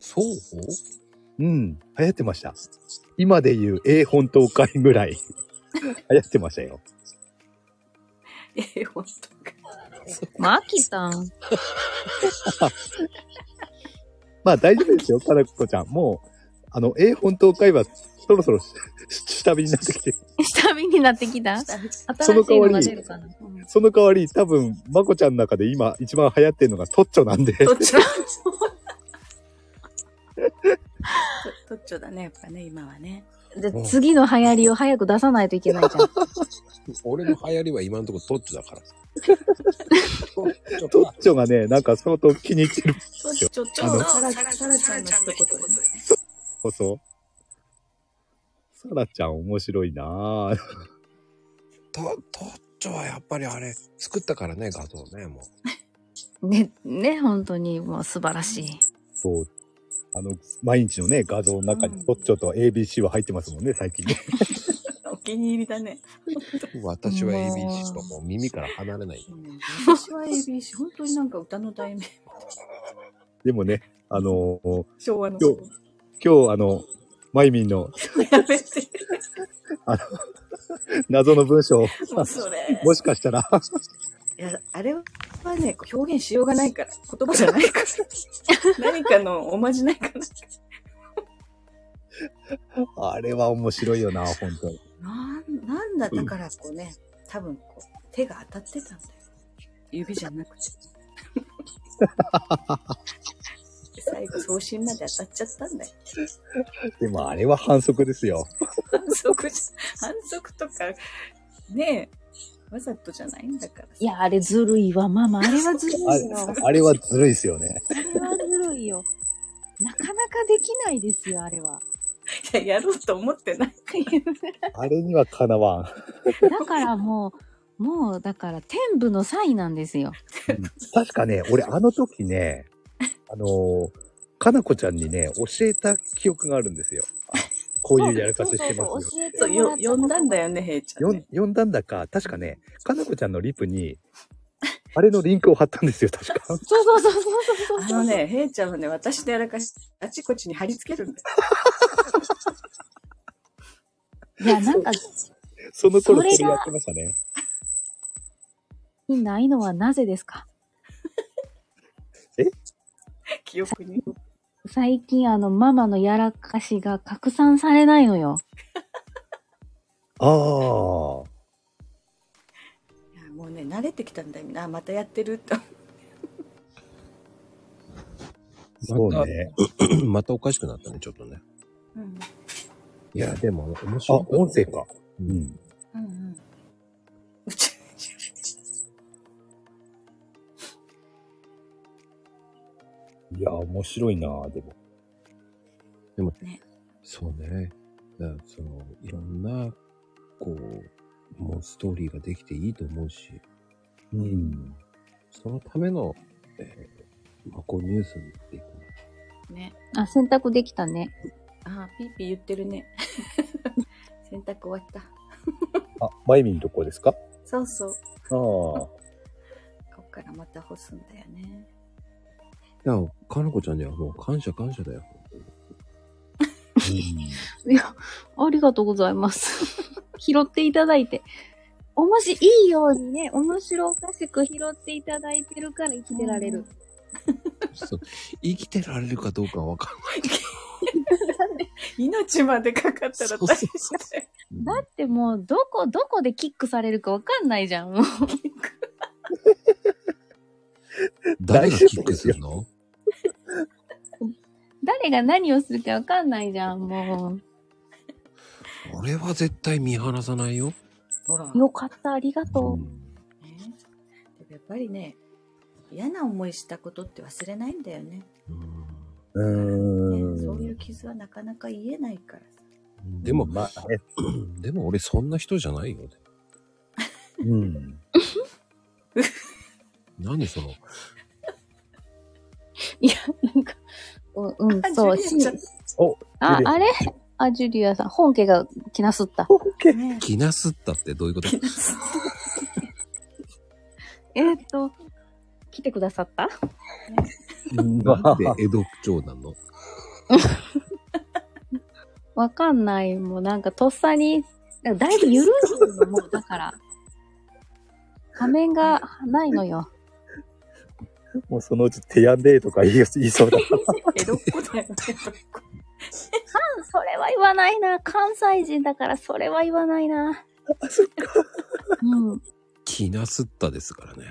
そう
うん。流行ってました。今で言う A 本当会ぐらい流行ってましたよ。
ええ、ほんとか。
まあ、きさん。
まあ大丈夫ですよ、かなこちゃん。もう、あの、A 本当会はそろそろ下火になってきて、
下火になってき た
その
新し
代
い
わ
の
り
が出るかな。
うん
その代わり多分、まこちゃんの中で今一番流行ってるのがトッチョなんで、
とっちょ。とっちょだね、やっぱね、今はね。
じゃあ次の流行りを早く出さないといけないじゃん。
俺の流行りは今のところトッチだからさ。トッチ
ト
ョか
ッチョがね、なんか相当気に入ってる。
とっちょ、ちょ
あの
の、さらさらちゃんの一言でね。
そうそう。さらちゃん面白いなぁ。
トトッチョはやっぱりあれ、作ったからね、画像ね、もう。
ね、ね、本当にもう素晴らしい。
そう。あの、毎日のね、画像の中にトッチョと ABC は入ってますもんね、最近ね。
お気に入りだね。
私は
うわー
ABC ともう耳から離れない。
うん私は ABC、本当になんか歌の題名、
でもね、あのー
昭和の。
よ今日あの、マイミンの
やめて。
謎の文章を、
もうそれ。
もしかしたら、
いや、あれはね、表現しようがないから。言葉じゃない から。何かのおまじないかな。
あれは面白いよな、本当に。
なん、なんだ、だからこうね、多分こう、手が当たってたんだよ。指じゃ なくて。最後、送信まで当たっちゃったんだよ。
でもあれは反則ですよ。
反則じゃ、反則とか、ねえ、わざとじゃないんだからさ。
いや、あれずるいわ、ママ。あれはずるいよ。
あれあれはずるいですよね。
あれはずるいよ。なかなかできないですよ、あれは。
いや、やろうと思ってない。
あれにはかなわん。
だからもう、もう、だから、天部の才なんですよ。
確かね、俺あの時 ね、あのーかなこちゃんにね、教えた記憶があるんですよ。あこういうやらかししてますよ。
そう
そ
そうそう教え
う、
てもら
よ
っ、た
呼んだんだよね、へいちゃん、
よん
ね。
呼んだんだか、確かね、かなこちゃんのリプに、あれのリンクを貼ったんですよ、確か。
そうそうそうそうそうそう。
あのね、へいちゃんはね、私でやらかし、あちこちに貼り付けるんだよ。
いや、なんか、
その頃
それが
それやってましたね。
いないのはなぜですか
記憶に。
最近、あの、ママのやらかしが拡散されないのよ。
ああ。
慣れてきたんだよみんなあまたやってると
そうね。
またおかしくなったね、ちょっとね。
うん
いや、でも、面
あ、
白い。
音声か。
う。
うんん。
うんうんうち
いや、面白いなぁ、でも。
そうね。だからその、いろんな、こう、もうストーリーができていいと思うし、
うん。
そのための、えー、まあ、こうニュースにっていく
ね
あ、洗濯できたね。
あーピーピー言ってるね洗濯終わった
あ、まゆみんとこですか
そうそう
ああ。
こっからまた干すんだよね
の。いや、かなこちゃんにはもう感謝感謝だよ。
いや、ありがとうございます。 拾っていただいて。おもし、いいようにね、面白おかしく拾っていただいてるから生きてられる。
そう生きてられるかどうかはわかんない。
命までかかったら大変だよ
だってもう、どこ、どこでキックされるかわかんないじゃん、もう。
誰がキックするの
誰が何をするかわかんないじゃん、も
俺は絶対見放さないよ。
ほら
う。よかった、ありが
う
と
ん
ねでもやっぱりね嫌な思いしたことって忘れないんだよね
う
う
ね
ん。
そういう傷はなかなか癒えないからさ
んでも、
まあ、ね
でも俺そんな人じゃないよ。
うん。
何その、
う。なんか、うう
あ
ん、そう、
ジュリアちゃん
し
お、ジ
あ、
ュリアさん
あれあ、ジュリアさん、本家が来なすった。
オッケー。
ね
気なすったってどういうこと
えーっと、来てくださった
な んで江戸区長なの
わかんない。もうなんかとっさに、なんかだいぶ緩んでるの、もうだから。仮面がないのよ。
もうそのうち手やんでーとか言い言いそうだ。
江戸っ子だよね
それは言わないな。関西人だからそれは言わないな。
あ、そっか。
うん。
気なすったですからね。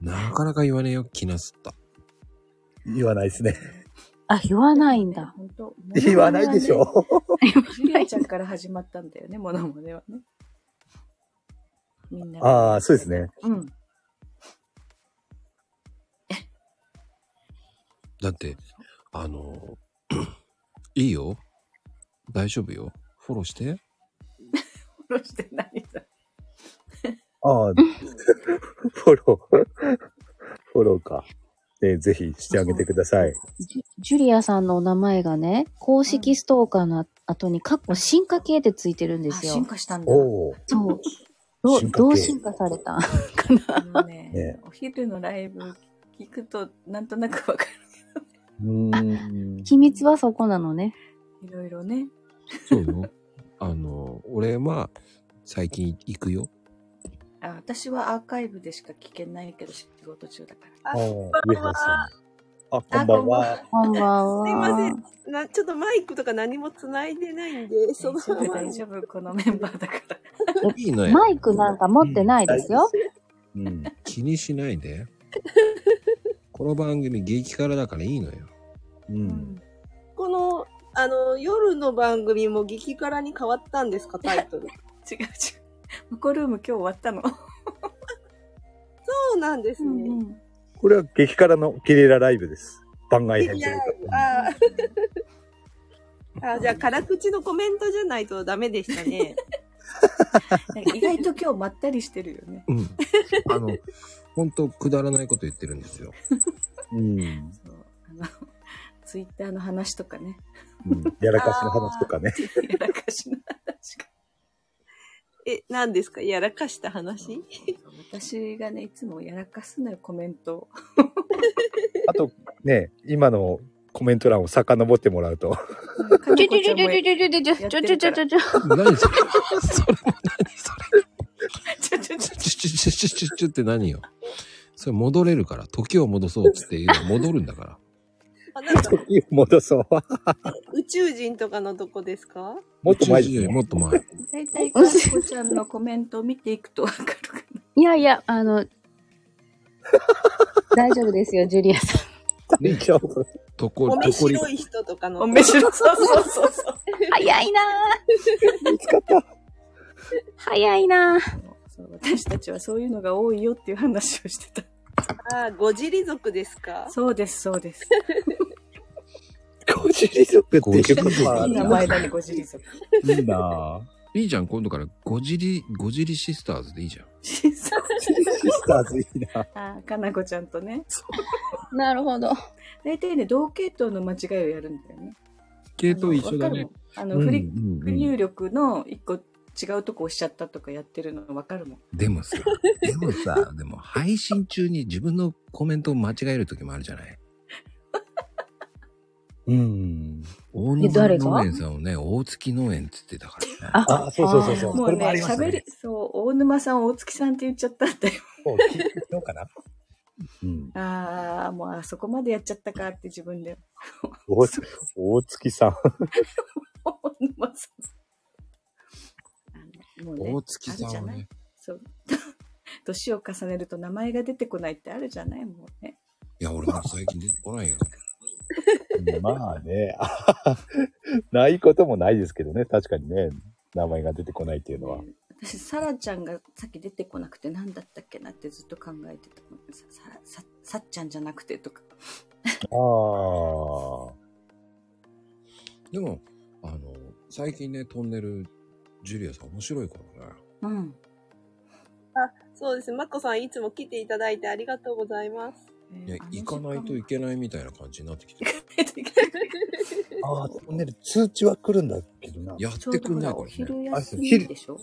なかなか言わねえよ、気なすった。
言わないですね。
あ、言わないんだ。
本当
言わないでしょ。
ジュリアちゃんから始まったんだよねモノマネはねみんな
ああ、そうですね。
うん
だって、あの、 いいよ。大丈夫よ。フォローして。
フォローしてないんだ
ああ、 フォロー。フォローか。えーぜひしてあげてください。
ジュジュリアさんのお名前がね、公式ストーカーの後に、かっこ進化系ってついてるんで
あ
す
進
よ。
化したんだ
おお。
そう。どう
進化系
どう進化された
あのね
ね
お昼のライブ聞くとなんとなくわか
うーん。
秘密はそこなのね。
るいろいろね
そうよ。あの、俺は最近行くよ。
あ私はアーカイブでしか聞けないけど仕事中だから
ああ、上原さん。あ、こ
あ
んばんは。
こんばんは。
すいません。なちょっとマイクとか何も繋いでないんで、そ
大丈
の
夫
まま
大丈夫このメンバーだから
いいのよ。
マイクなんか持ってないですよ。
うん。
気にしないで。この番組激辛だからいいのよ。
うん。
この、あの、夜の番組も激辛に変わったんですか、タイトル。
違う違う向こうルーム今日終わったの
そうなんですね。
これは激辛のゲリラライブです。番外編
い
と
や
いうか。
あーあ、じゃあ、辛口のコメントじゃないとダメでしたね。
なんか意外と今日まったりしてるよね
うん。あの、ほんとくだらないこと言ってるんですよ。
うん。
そうあのツイッターの話と かね
うん。
やらかしの話とかね。
やらかしの話が
え、何ですかやらかした話
私がねいつもやらかすのよコメントを
あと、ね、今のコメント欄を遡ってもらうと。
うんかなこ
ちょちょ
ち
ち
ゃ
ょ
ん
ちょ
も
ちょちょちょちょちょちょちょちょ。
何 それそれも何それ
ちょちょちょ
チュチュチュチュチュチュチュって何よそれ戻れるから、時を戻そうっつって言えば戻るんだから。
あなんか
時を戻そう。
宇宙人とかのとこですか
もっと前ですよ
もっと前。
だいたいかっこちゃんのコメントを見ていくとわかるか
いやいや、あの、大丈夫ですよ、ジュリアさん。
大丈夫。
とこ、
お
と
め
こり
白、い人とかの
おめしろ、そうそうそうそう。
早いなぁ。
見つかった。
早いなぁ。
らもうそう私たちはそういうのが多いよっていう話をして
ああ、ゴジリ族ですか
た。そうです、そうです。
ゴジリ族っていうことはあ
いい
る
名前だね、ご自立。
いいなぁ。
いいじゃん、今度から、ゴジリ、ゴジリシスターズでいいじゃん。
シス
シスターズいいな。
ター、かなこちゃんとね。
なるほど。
大体ね、同系統の間違いをやるんだよね。
系統一緒だね。
あの、
う
わ
ん
か
う
るもんあ
ん
の、振
う
り、入
ん
力の一個違うとこ押しちゃったとかやってるのわかるもん。
でもさ、でもさ、でも配信中に自分のコメントを間違える時もあるじゃない。
うん。
大
え誰
沼
が
農園さんをね、大月農園って言ってたからね。
あ
あ、そうそうそうそう。
も
こ
う
れ
ね、
もありました
喋り
ね。、
そう、大沼さん、大月さんって言っちゃったんだよ。
もう聞いてみようかな。うん。
ああ、もうあそこまでやっちゃったかって自分で。
大月大月さん。
大沼さん。あのもうね
大、月さんは
あるじゃない
ね、
そう。 年を重ねると名前が出てこないってあるじゃないもうね。
いや、俺も最近出てこないよ。
まあね、ないこともないですけどね、確かにね、名前が出てこないっていうのは。
私、サラちゃんがさっき出てこなくて何だったっけなってずっと考えてたの。さ、さら、さ、さっちゃんじゃなくてとか。
ああ、
でも、あの、最近ね、トンネル、ジュリアさん面白いからね。
うん。
そうです。まこさん、いつも来ていただいてありがとうございます。
いや、行かないといけないみたいな感じになってきてる。
けない。
ああ、トンネル通知は来るんだけどな。
やっ
ちょう
て
ど
く
ほ
んない
ら、
か
お
らね。
昼休みでしょ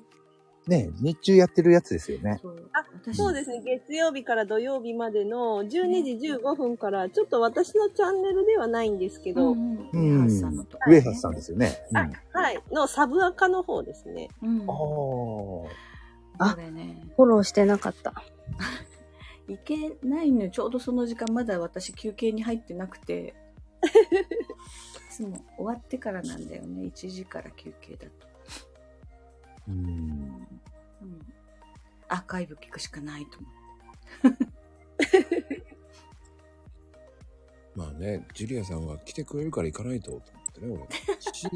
ね日中やってるやつですよね。
そう。
あ
私
そうですね。月曜日から土曜日までの12時15分から、ちょっと私のチャンネルではないんですけど、
うん
う
うん。上
ん。
橋さんのとこ
上橋さんですよね。うん、あ
はい。のサブアカの方ですね。
うん。こ
あ。
れね、
フォローしてなかった。
行けないのよ。ちょうどその時間、まだ私休憩に入ってなくて。いつも終わってからなんだよね。1時から休憩だと。
うん。
うん。アーカイブ聞くしかないと思う。
まあね、ジュリアさんが来てくれるから行かないと、と思ってね、俺。し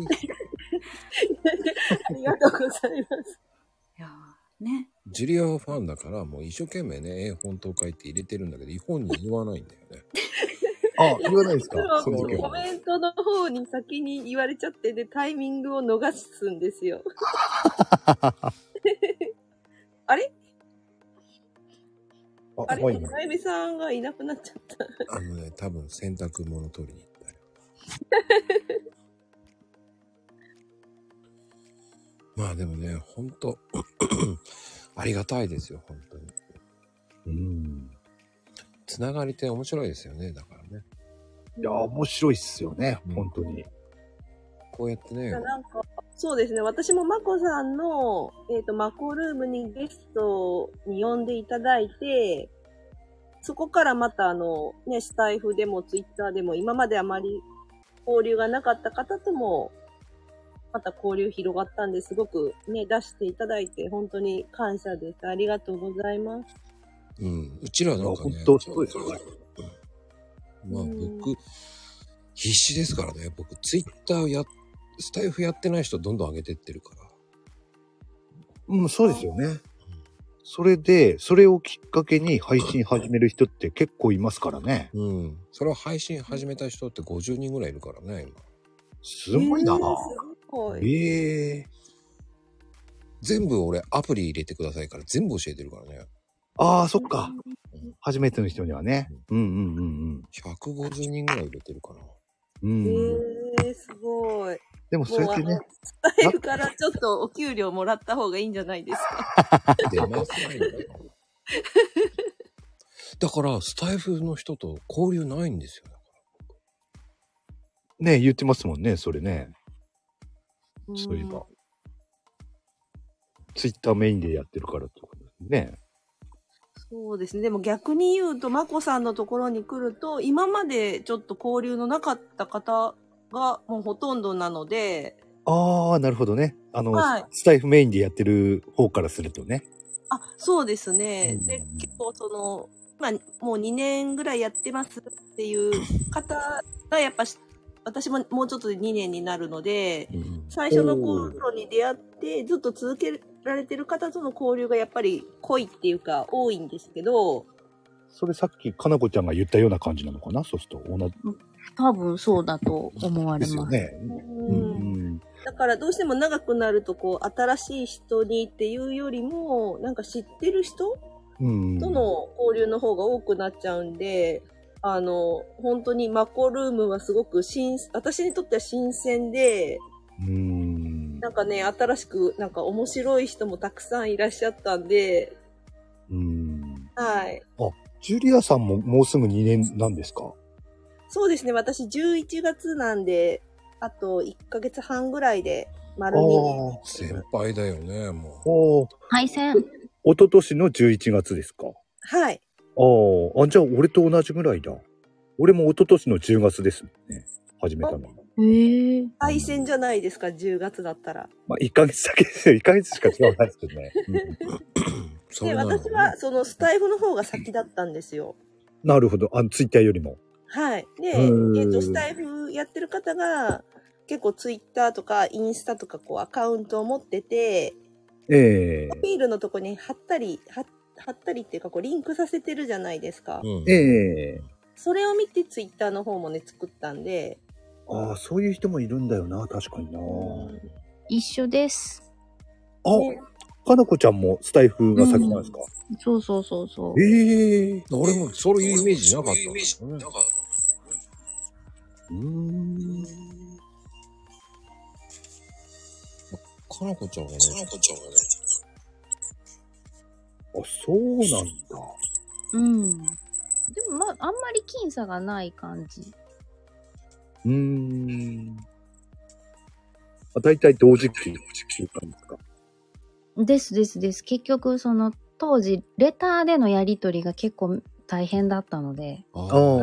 ありがとうございます。
いやーね。
ジュリアファンだから、もう一生懸命ね、絵本東海って入れてるんだけど、違本に言わないんだよね。
あ、言わないですか
い つ
その
も
時
コ
は。
メントの方に先に言われちゃってで、タイミングを逃すんですよ。あれ
あ、
あれ
もう今。
まゆみさんがいなくなっちゃった。
あのね、多分洗濯物取りに行ったよ。まあでもね、ほんと、 ありがたいですよ、本当に。
うん。
つながりって面白いですよね、だからね。
いや、面白いっすよね、本当に。
こうやってね、
なんか、そうですね。私もまこさんの、えっ、と、マコルームにゲストに呼んでいただいて、そこからまたあの、ね、スタイフでもツイッターでも今まであまり交流がなかった方とも、また交流広がったんですごくね、出していただいて、本当に感謝です。ありがとうございます。
うん、うちらなんかね
いや、本当そうですよね
まあ
うん
僕、必死ですからね、僕、ツイッターや、スタイフやってない人どんどん上げてってるから。
うん、そうですよね。それで、それをきっかけに配信始める人って結構いますからね。
うん。それを配信始めた人って50人ぐらいいるからね、今。
すごいな
えーすごい
ええ
全部俺アプリ入れてくださいから全部教えてるからね。
ああ、そっか。
うん
初めての人にはね。うんうん
150人ぐらい入れてるか な。
うんうん。うん、
えー、すごい。
でもそうやって
もうあ
ね
の、スタイフからちょっとお給料もらった方がいいんじゃないですか。
出ますないよね。だから、スタイフの人と交流ないんですよ。
ね、言ってますもんね、それね。そういえば。ツイッターメインでやってるからとかね。
そうですね。でも逆に言うと、まこさんのところに来ると、今までちょっと交流のなかった方がもうほとんどなので、
ああ、なるほどね。あの、
はい
スタイフメインでやってる方からするとね。
あ、そうですね。で、結構その、まあ、もう2年ぐらいやってますっていう方が、やっぱし、私ももうちょっとで2年になるので、最初の頃に出会って、ずっと続けられてる方との交流がやっぱり濃いっていうか、多いんですけど、
それさっき、かなこちゃんが言ったような感じなのかなそうすると、同じ。
多分そうだと思わ
で
れ
すよ
ます。
ね。うん。
だからどうしても長くなると、こう、新しい人にっていうよりも、なんか知ってる人
うん。
との交流の方が多くなっちゃうんで、あの、本当にマコルームはすごく新、私にとっては新鮮で、
うん。
なんかね、新しく、なんか面白い人もたくさんいらっしゃったんで、
うん。
はい。
あ、ジュリアさんももうすぐ2年なんですか
そうですね、私11月なんで、あと1ヶ月半ぐらいで、
ああ
丸2年。
ー。
先輩だよね、も
おー
配線。
一昨年の11月ですか。
はい。
ああ、あ、じゃあ俺と同じぐらいだ。俺も一昨年の10月ですもんね。始めたの。
へえ。
愛戦じゃないですか、10月だったら。
まあ、1ヶ月だけ ですよ。1ヶ月しか違わないですけどね。
う。そ
で、
うなの、ね。
私は、そのスタイフの方が先だったんですよ。
なるほど。あの、ツイッターよりも。
はい。で、え
うん
ーと、スタイフやってる方が、結構ツイッターとかインスタとかこうアカウントを持ってて、
え
プロフィールのとこに貼ったり、貼貼ったりっていうかこうリンクさせてるじゃないですか。
うん
えええ
それを見てツイッターの方もね、作ったんで、
ああ、そういう人もいるんだよな。確かにな。
一緒です。
ね
あ、かなこちゃんもスタイフが先なんですか、
そうそうそうそう。
ええ
俺もそういうイメージなかった、ね。なかっ
うーん。
た。かなこちゃんはね。かなこちゃんはね。
あ、そうなんだ。
うん。でもまあ、あんまり僅差がない感じ。
うーん。あ、大体同時期っていう感じですか。
ですですです。結局、その当時、レターでのやりとりが結構大変だったので。
あ
ああ。
あ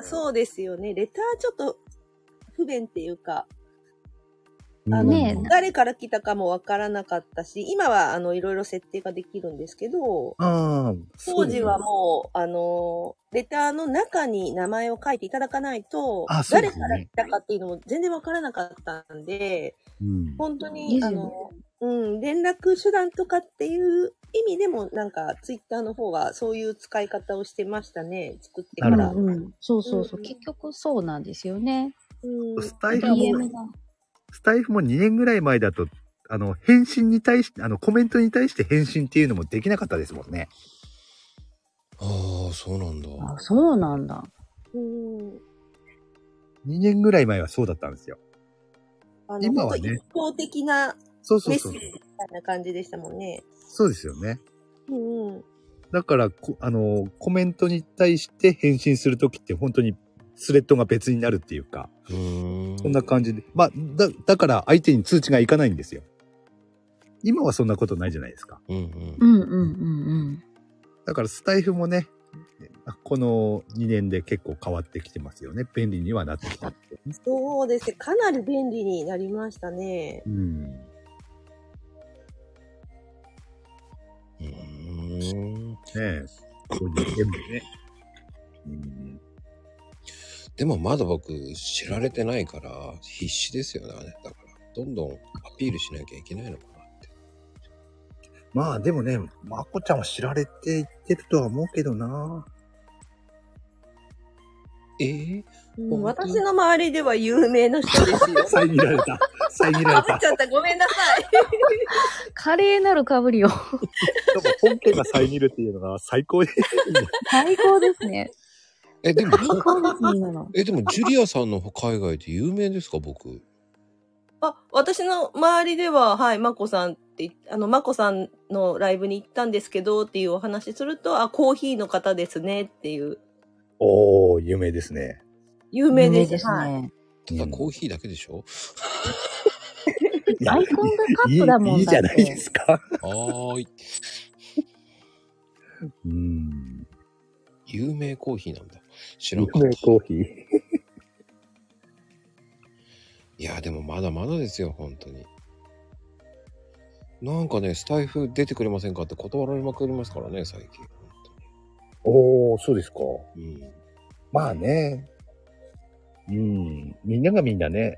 ーそうですよね。レターちょっと不便っていうか、
うん
あの
ねえ
誰から来たかもわからなかったし、今はあのいろいろ設定ができるんですけど、
ああ。
当時はもう、あのー、レターの中に名前を書いていただかないと、
あそうで
誰
す
か
ね
ら来たかっていうのも全然わからなかったんで、
うん。
本当
で
に、
す
あ
よね
の、うん、連絡手段とかっていう意味でも、なんか、ツイッターの方がそういう使い方をしてましたね、作ってか
な
ら。
るほ
うんうん。そうそうそう。
うんうん
結局そうなんですよね。
うん
スタイフも
DM、が。
スタイフも2年ぐらい前だと、あの、返信に対して、あの、コメントに対して返信っていうのもできなかったですもんね。
ああ、そうなんだ。
あ、そうなんだ。
うん
2年ぐらい前はそうだったんですよ。
あの
今はね
本当一方的な
そうそ
メ
う
ッセ
そ
ー
う
ジ。みたいな感じでしたもんね。
そうですよね。
うんうん。
だから、こあの、コメントに対して返信するときって本当にスレッドが別になるっていうか、
うーん。
そんな感じで。まあ、だ、だから相手に通知がいかないんですよ。今はそんなことないじゃないですか。
うんうん
う。んうんうん
だからスタイフもね、この2年で結構変わってきてますよね。便利にはなってきたって。
そうですね。かなり便利になりましたね。
うん。
うーん
ねえ。こういうゲームね。うん。
でもまだ僕知られてないから必死ですよね。だからどんどんアピールしなきゃいけないのかなって。
まあでもね、まこちゃんは知られていってるとは思うけどな。
ええ
うん私の周りでは有名な人 ですよ。食
遮られ た。遮られ
べ
た。
ちゃった。ごめんなさい。
うん。華麗なるかぶりを。
でも本家が遮るっていうのが最高で。
最高ですね。
え、でも、
最高ですね、今の。
え、でもジュリアさんの海外で有名ですか僕。
あ、私の周りでは、はい、まこさんって、あの、まこさんのライブに行ったんですけどっていうお話すると、あ、コーヒーの方ですねっていう、
おー、有名ですね。
有名です。はい。
ね。
ただコーヒーだけでしょ、
い
アイコンがカップだもん
いいいいじゃない
だ
で
って
すか。
はーい。
うん。
有名コーヒーなんだ。知らん
有
かった
名コーヒー。
いや、でもまだまだですよ、本当に。なんかね、スタイフ出てくれませんかって断られまくりますからね、最近。
おー、そうですか。
本当に。うん。
まあね。うん。みんながみんなね、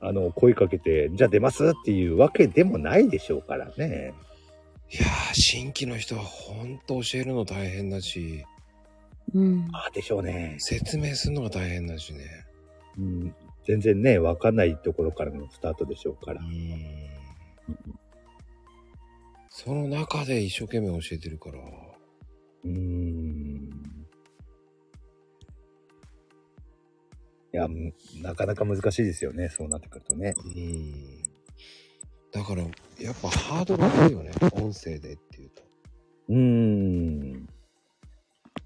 あの、声かけて、じゃあ出ますっていうわけでもないでしょうからね。
いやー、新規の人は本当教えるの大変だし、
うん。
まあでしょうね。
説明するのが大変だしね。
うん。全然ね、わかんないところからのスタートでしょうか
う
ら。
ーん。その中で一生懸命教えてるから。
うん。いや、むなかなか難しいですよね。そうなってくるとね。
うん。だから、やっぱハードル高いよね、音声でっていうと。
うん。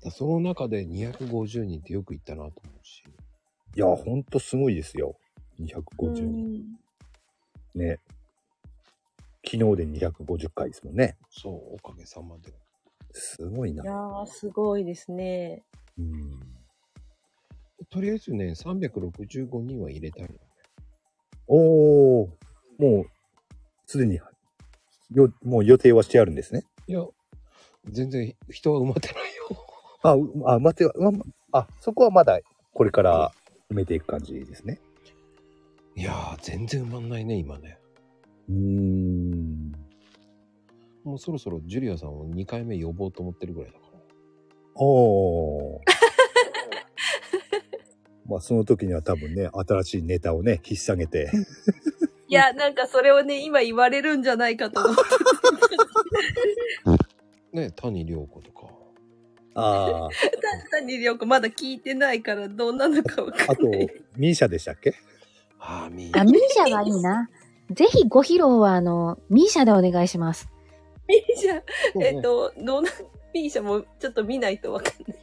だその中で250人ってよく言ったなと思うし。
いや、ほんとすごいですよ。250人。ね。昨日で250回ですもんね。
そう、おかげさまで。
すごいな。
いやー、すごいですね。
うん。
とりあえずね、365人は入れたいのね。
おー、もう、すでに、よ、もう予定はしてあるんですね。
いや、全然人は埋まってないよ。
あ、うあ、待って、うわあ、そこはまだ、これから埋めていく感じですね。
いやー、全然埋まんないね、今ね。
うーん。
もうそろそろジュリアさんを2回目呼ぼうと思ってるぐらいだから。
おー。まあ、その時には多分ね、新しいネタをね、引っ提げ て。
いや、なんかそれをね、今言われるんじゃないかと思って。
ね、谷涼子とか。
ああ。
谷涼子まだ聞いてないから、どんなのかわかんな
あ
い。
と、ミーシャでしたっけ
ああ、み
あ、ミーシャはいいな。ぜひご披露は、あの、ミーシャでお願いします。
ミ ーシャ、
そうね
えっと、どんな、ミーシャもちょっと見ないとわかんない。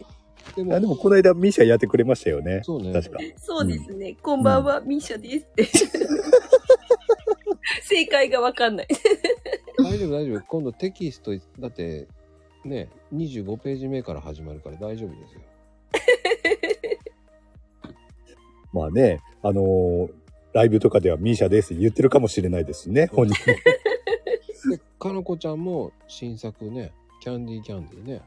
で
あ
も、
でも、この間ミーシャやってくれましたよね。
そうね。
確か。
そうですね。こんばんは、ミーシャです って。正解がわかんない。
大丈夫、大丈夫。今度テキスト、だって、ね、25ページ目から始まるから大丈夫ですよ。
まあね、あのーライブとかではミーシャです言ってるかもしれないですね、本人も。
で、かのこちゃんも新作ね、キャンディーキャンディーね。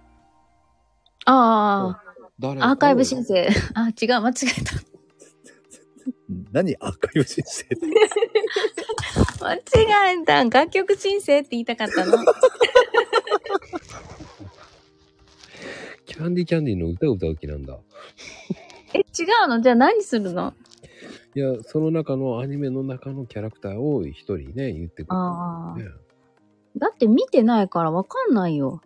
あ
誰
あ、アーカイブ申請。あ、違う、間違え
何アーカイブ申請って。
た。間違えた。楽曲申請って言いたかった の。
キャンディーキャンディーの歌を歌う気なんだ。
え、違うのじゃあ何するの
いや、その中のアニメの中のキャラクターを一人ね、言ってくる、
ああ
ね。
だって見てないからわかんないよ。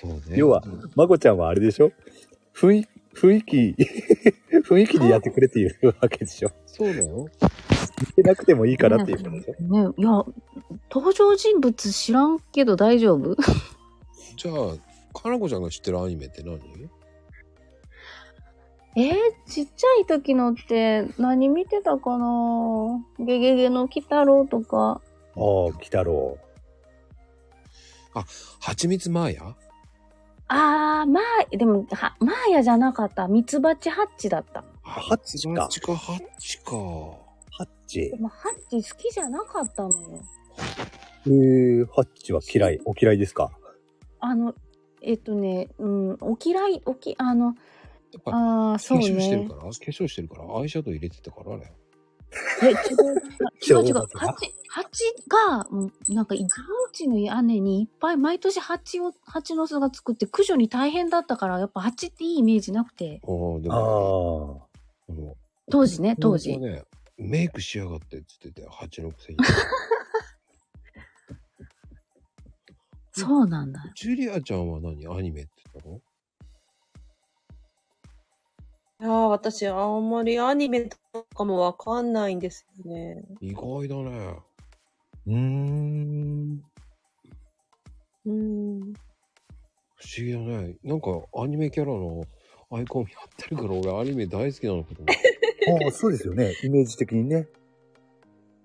そうね。
要は まこちゃんはあれでしょ雰囲雰囲気、 雰囲気でやってくれっていうわけでしょ
そうだよ。
見てなくてもいいからっていうことでしょ
ね、いや、登場人物知らんけど大丈夫
じゃあ、かなこちゃんが知ってるアニメって何
えーちっちゃい時のって何見てたかなゲゲゲの鬼太郎とか。
ああ、鬼太郎。
はちみつマーヤ
あー、まあ、でも、は、マーヤじゃなかった。ミツバチハッチだった。
ハ
ッチか
ハッチか、ハッチか。
ハッチ。へ
でも、ハッチ好きじゃなかったのよ。
えー、ハッチは嫌い。お嫌いですか
あの、えっとね、うん、お嫌い、おき、あの、
やっぱ
あー、
化
そう
粧してる
ね
か。ら、化粧してるから、アイシャドウ入れてたから、あれ。
え、違う、違う、違う。
今日
ハチ、ハチが、もうなんか、一日の屋根にいっぱい、毎年ハチを、ハチの巣が作って、駆除に大変だったから、やっぱハチっていいイメージなくて、
ああ、で
ああ
も、
ー。
あの
当時ね、当時
本。当はね、メイクしやがってって言ってて、ハチのくせに。
そうなんだ。
ジュリアちゃんは何アニメって言ったの
いやー、私、あんまりアニメとかもわかんないんですよね。
意外だね。
うーん。
うーん。
不思議だね。なんかアニメキャラのアイコンやってるから俺アニメ大好きなのかと思った。
ああ、そうですよね。イメージ的にね。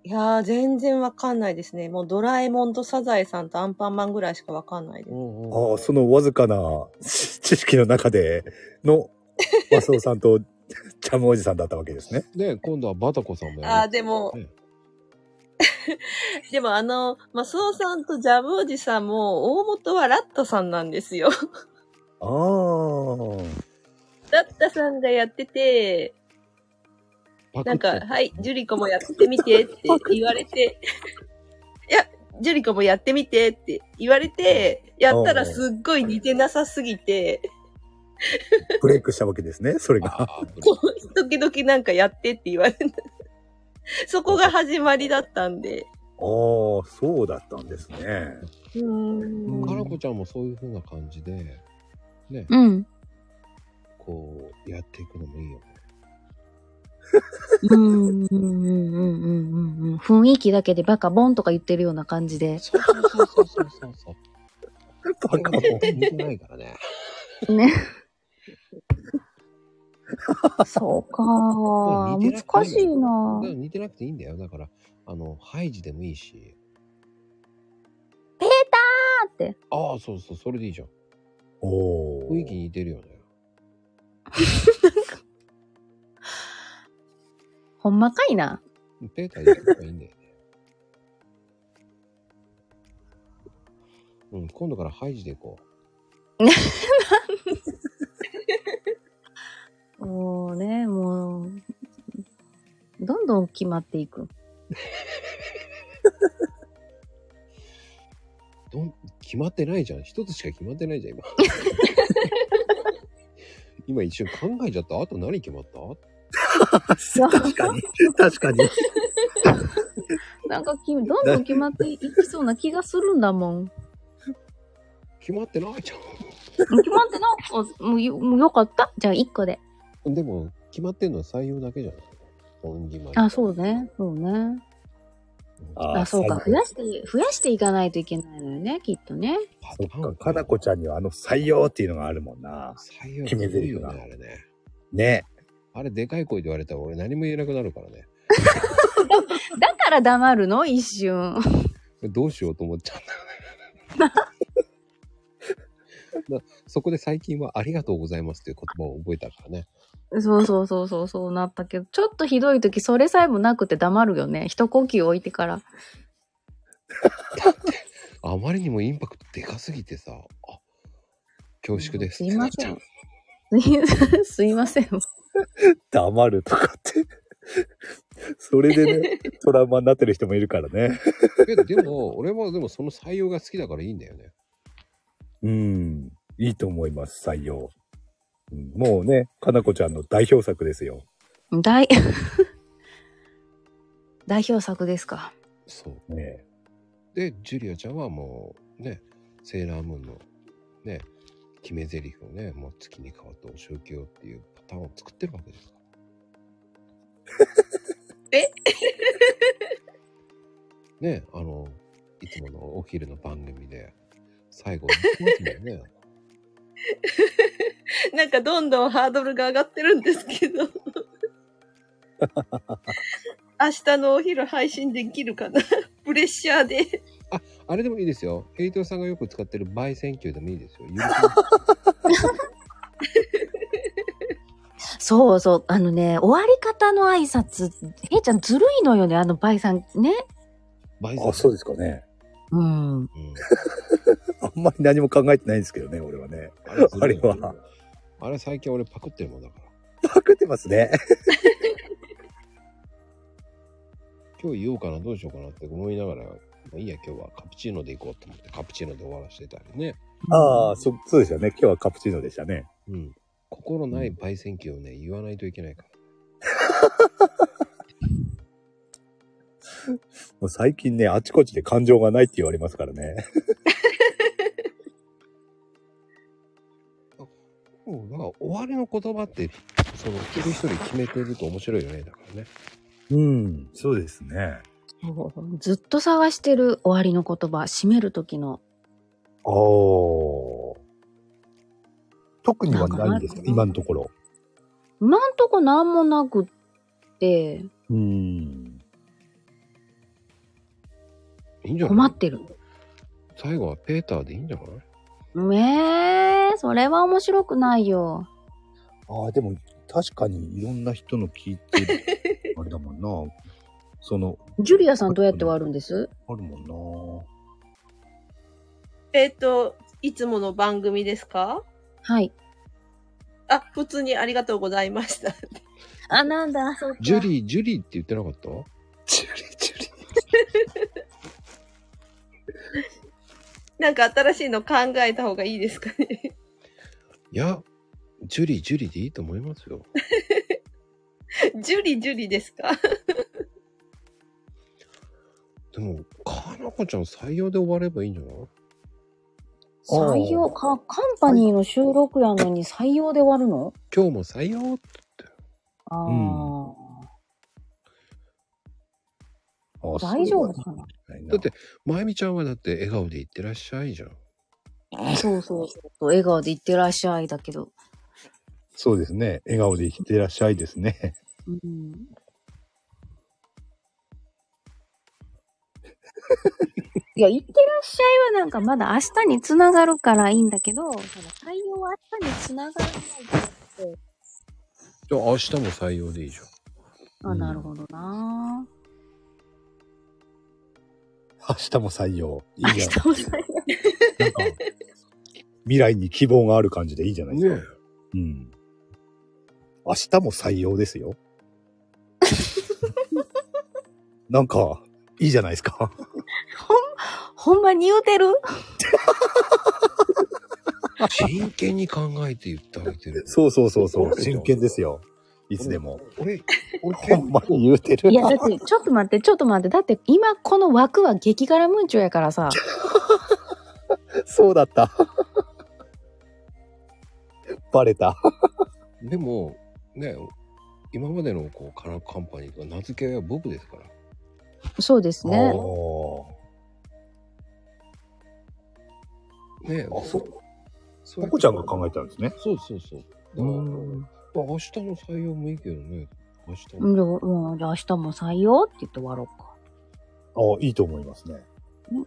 いやー、全然わかんないですね。もうドラえもんとサザエさんとアンパンマンぐらいしかわかんないです。
ああ、そのわずかな 知識の中での、マスオさんと チャムおじさんだったわけですね。
で、今度はバタコさんも
ああ、でも、 でもあの、マスオさんとジャムおじさんも、大元はラットさんなんですよ。
ああ。
ラッタさんがやってて、なんか、 はい、ジュリコもやってみてって言われて、いや、ジュリコもやってみてって言われて、やったらすっごい似てなさすぎて、
ブレイクしたわけですね、それが。
こう時々なんかやってって言われる。そこが始まりだったんで。
ああ、そうだったんですね。
うーん
かなこちゃんもそういう風な感じで、ね、
うん。
こう、やっていくのもいいよね。
うん、うん、うん、うん、うん、うん。雰囲気だけでバカボンとか言ってるような感じで。
そうそうそうそうそうそう。
バカも。
似てないからね。
ね。そうか
まあ似てなくて
難しい
だ
な
から似てなくていいんだよ。だから、あの、ハイジでもいいし。
ペーターって。
ああ、そうそう、それでいいじゃん。
お
雰囲気
ー
似てるよね。
ほんまかいな。
ペーターでやればいいんだよね。うん、今度からハイジでいこ
もうね、もう、どんどん決まっていく。
う。どん、決まってないじゃん。一つしか決まってないじゃ ん、今。今一瞬考えちゃった。あと何決まった
確かに。確かに。
なんかき、どんどん決まっていきそうな気がするんだもん。
決まってないじゃ
決まってなかった。もうよ、もうよかった。じゃあ、一個で。
ん。でも、決まってんのは採用だけじゃない本気まで
あ、そう。ね。そうね。あそうか。
最後
増やして、増やしていかないといけないのよね、きっとね。
パタ
そっ
ーンが
か、かなこちゃんにはあの採用っていうのがあるもんな。
採用
決め
す
台
る
詞
よ
が
ね、あれね。
ね。
あれ、でかい声で言われたら俺何も言えなくなるからね。
だから黙るの一瞬。
どうしようと思っちゃうん だ。だそこで最近はありがとうございますという言葉を覚えたからね。
そうそうそうそう、そうなったけど、ちょっとひどい時、それさえもなくて黙るよね。一呼吸置いてから。
あまりにもインパクトでかすぎてさ、あ、恐縮です。
すいませ
ってなっ
ん
ちゃ。
すいません。
黙るとかって。それでね、トラウマになってる人もいるからね。
うけど、でも、俺はでもその採用が好きだからいいんだよね。
うん。いいと思います、採用。うんもうね、かなこちゃんの代表作ですよ。
大、 代表作ですか。
そう。
ね
で、ジュリアちゃんはもう、ね、セーラームーンの、ね、決め台詞をね、もう月に変わってお仕置きをっていうパターンを作ってるわけ ですから。
え
ね、あの、いつものお昼の番組で、最後、言ってますもんね。
なんかどんどんハードルが上がってるんですけど。明日のお昼配信できるかなプレッシャーで。
あれでもいいですよ。ヘイトさんがよく使ってる倍選球でもいいですよ。許 せ
そうそう、あのね、終わり方の挨拶、へいちゃんずるいのよね、あのバイさん、ね。
倍
あ、そうですかね。
うん。
うん
あんまり何も考えてないんですけどね、俺はね。
あれずるい
あれは
よあれ最近俺パクってるもんだから。
パクってますね。
今日言おうかな、どうしようかなって思いながら、まあ、いいや、今日はカプチーノで行こうと思って、カプチーノで終わらせてたりね。
ああ、そ、そうでしたね。今日はカプチーノでしたね。
うん。心ない焙煎機をね、言わないといけないから。
もう最近ね、あちこちで感情がないって言われますからね。
うん、だから終わりの言葉って、その一人一人決めてると面白いよね、だからね。
うん、そうですね。
ずっと探してる終わりの言葉、締める時の。
ああ。特にはないんですか
なんかないかな
今のところ。
今んとこなんもなくって、
うん。
いいんじゃない
困ってる。
最後はペーターでいいんじゃない
えー、それは面白くないよ。
ああ、でも確かにいろんな人の聞いて る。あれだもんな。その、
ジュリアさんどうやって終わるんです
あるも
えっ、と、いつもの番組ですか
はい。
あ、普通にありがとうございました。
あ、なんだ、そうか。
ジュリー、ジュリーって言ってなかった
なんか新しいの考えた方がいいですかね。
いや、ジュリー、ジュリーでいいと思いますよ。
ジュリジュリですか
でも、かなこちゃん採用で終わればいいんじゃない
採用、か、カンパニーの収録やのに採用で終わるの
今日も採用
あ
う
ー
の。ああ
大丈夫かな
だって、まゆみちゃんはだって笑顔でいってらっしゃいじゃん。
そうそうそうそう。笑顔でいってらっしゃいだけど。
そうですね。笑顔でいってらっしゃいですね。
うん。いや、いってらっしゃいはなんかまだ明日につながるからいいんだけど、その採用は明日につながらないって。
じゃあ明日も採用でいいじゃん。
あ、なるほどなぁ。
明日も採用。いい
明
じゃん。
日も採用。
未来に希望がある感じでいいじゃないですか。
ね
うん。明日も採用です よ。なんか、いいじゃないですか。
ほん、ほんまに言うてる
え真剣に考えて言ってあげてる。
そうそうそうそ
そう
う。
ですよ
真剣ですよ。いつでも。
俺、俺
ほんまに言うてる
い。や、だって、ちょっと待って、ちょっと待って。だって、今この枠は激辛ムンチョやからさ。
そうだった。バレた。
でも、ね、今までのこう、カラーカンパニーとか名付け親は僕ですから。
そうですね。
おー
ね
あそ
そ
ポコちゃんが考えたんですね。
そうそうそう。だから
うん
まあ明日の採用もいいけどね。明日も。
うんじゃあうんじゃあ明日も採用って言って終わろうか。
あいいと思いますね。
こ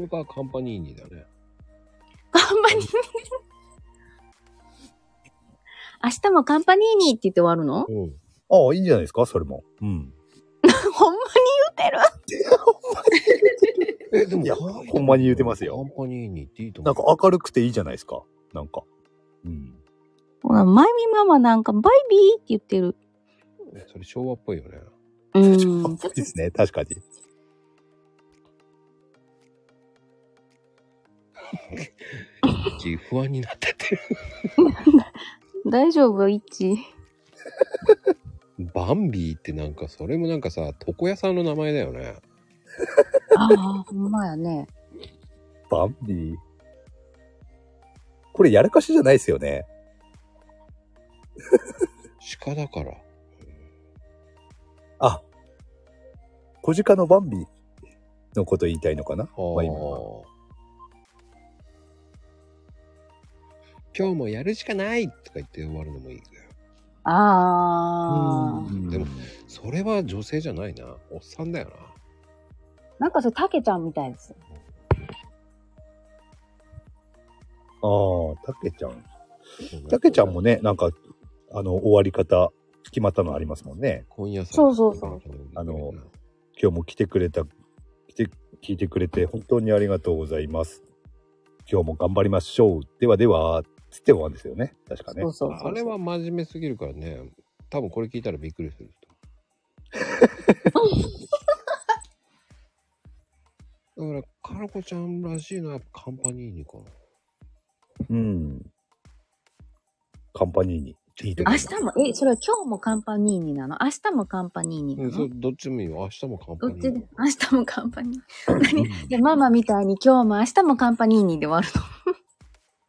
れからカンパニーニだね。
カンパニーニ。明日もカンパニーニって言って終わるの
うん。
ああ、いいじゃないですか、それも。うん。
ほんまに言うてる
え、で
いや
可愛い
ほんまに言うてますよ
カンパニーニっていいと思
な。
うん
か明るくていいじゃないですか。なんか。うん。
ほら、マイミママなんかバイビーって言ってる。
それ昭和っぽいよね。
う
かっ
ん。
こいいですね、確かに。
うち不安になってて。
大丈夫、イッチ。
バンビーってなんかそれもなんかさ、床屋さんの名前だよね。
ああ、ほんまやね。
バンビー。これやらかしじゃないですよね。
鹿だから。
あ、小鹿のバンビのこと言いたいのかな
あ
ま
あ
あ今は
今日もやるしかないとか言って終わるのもいいけど。
ああ。
でも、それは女性じゃないな。おっさんだよ
なんかそれ、タケちゃんみたいです。
ああ、たけちゃん。
な。
たけちゃんもね、なんか、あの、終わり方、決まったのありますもんね。
今夜さ
そうそうそう。
あの今日も来てくれた、来て、聞いてくれて本当にありがとうございます。今日も頑張りましょう。ではでは、つって終わるんですよね。確かね
そう。そうそうそう。
あれは真面目すぎるからね。多分これ聞いたらびっくりする 人。だから、かなこちゃんらしいのはやっぱカンパニーニかな。
うん。カンパニーに。いいとこ
明日も、え、それは今日もカンパニーニなの明日もカンパニーニな
うん、
の
それどっちもいいよ。明日もカンパ
どっ
ニ
ち
ー
で
ニ。
明日もカンパニーニ。何で、ママみたいに今日も明日もカンパニーニで終わる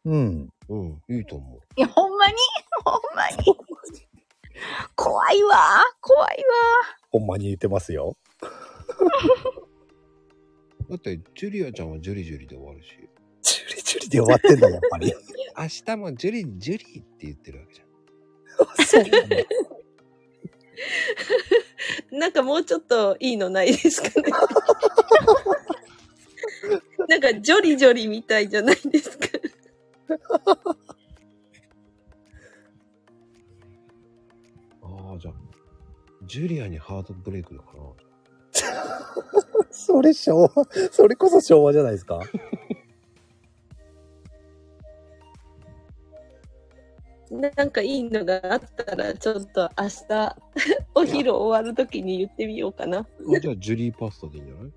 の。
うん。
うん、いいと思う。
いや、ほんまにほんまに怖いわ怖い
ほんまに言ってますよ。
だって、ジュリアちゃんはジュリジュリで終わるし。
チュリチュリで終わってんだ、やっぱり。
明日もジュリジュリって言ってるわけじゃん。
なんかもうちょっといいのないですかね。 なんかジョリジョリみたいじゃないですか。
ああ、じゃあ、ジュリアにハートブレイクだから。
それ昭和、それこそ昭和じゃないですか。
なんかいいのがあったら、ちょっと明日、 お昼終わるときに言ってみようかな。
あじゃあ、ジュリーパスタでいいんじゃない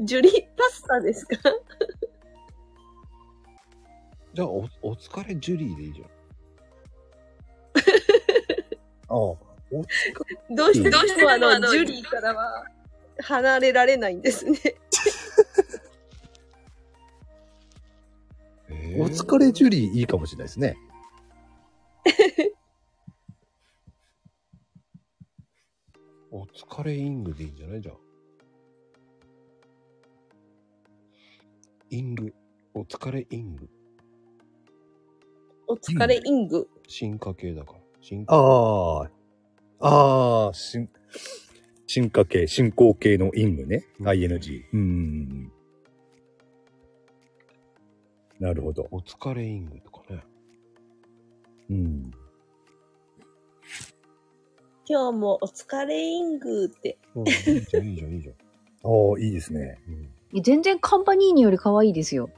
ジュリーパスタですか
じゃあお、お疲れジュリーでいいじゃん。
ああ。
どうして、
うん
どうしてもあの、ジュリーからは離れられないんですね。
お疲れジュリーいいかもしれないですね。
お疲れイングでいいんじゃないじゃあ。イング。お疲れイング。
お疲れイング。
進化系だから。進化
ああ。ああ、進、進化系、進行系のイングね。ING。うんうんうん。なるほど。
お疲れイングとかね。
うん。
今日もお疲れイングって。
うん、いい じゃん、いいじゃん、いいじゃん。
ああ、いいですね。
うん、
全然カンパニーニより可愛いですよ。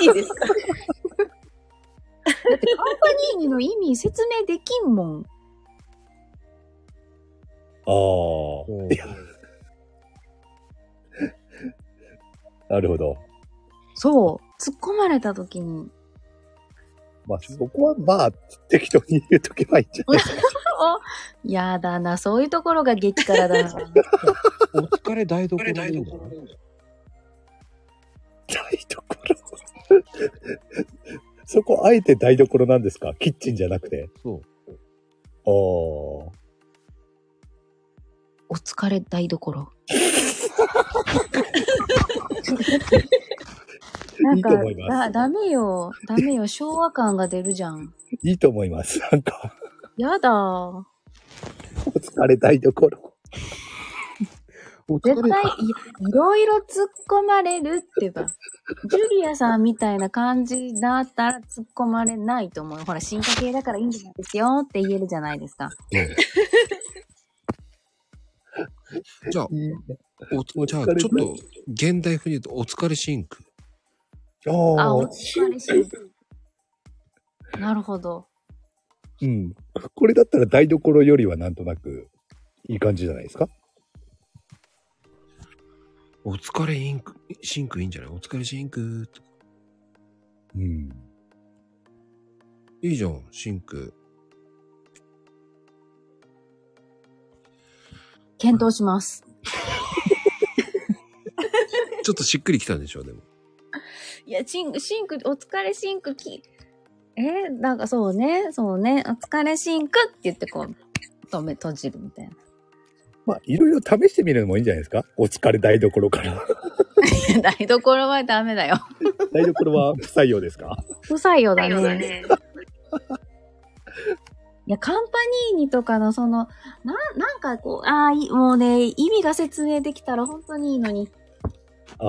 いいです か
だってカンパニーニの意味説明できんもん。
ああ、
うん
いやなるほど。
そう。突っ込まれた時 に。
まあ、そこは、まあ、適当に言っとけばいいんじゃないですか。
やだな、そういうところが激辛だな。
お疲れ台所でいいんじゃない
台所。 そこ、あえて台所なんですかキッチンじゃなくて。
そう。
ああ。
お疲れ台所。 なんか
いいと思います
だ、ダメよ。ダメよ。昭和感が出るじゃん。
いいと思います。なんか、
やだ。
お疲れ台 所。
お疲
絶
れ
対、いいろいろ突っ込まれるってば。ジュリアさんみたいな感じだったら突っ込まれないと思うよ。ほら、進化系だからいいんじゃないですよって言えるじゃないですか。
じゃあ、おつじゃあ、ち
お疲
ょっ
れ
と、現代風に言うと、お疲れシンク。
あ
あ、
あ
お、疲れし。なるほど。
うん。これだったら台所よりはなんとなく、いい感じじゃないですか
お疲れインク、シンクいいんじゃないお疲れシンクとか。
うん。
いいじゃん、シンク。
検討します。
ちょっとしっくりきたんでしょう、でも。
いや、シンク、シンク、お疲れシンクき、えーなんかそうね、そうね、お疲れシンクって言ってこう、止め、閉じるみたいな。
まあ、いろいろ試してみるのもいいんじゃないですかお疲れ台所から。
台所はダメだよ。
台所は不採用ですか
不採用だね。いや、カンパニーニとかのその、な、なんかこう、ああ、いもうね、意味が説明できたら本当にいいのに。
ああ。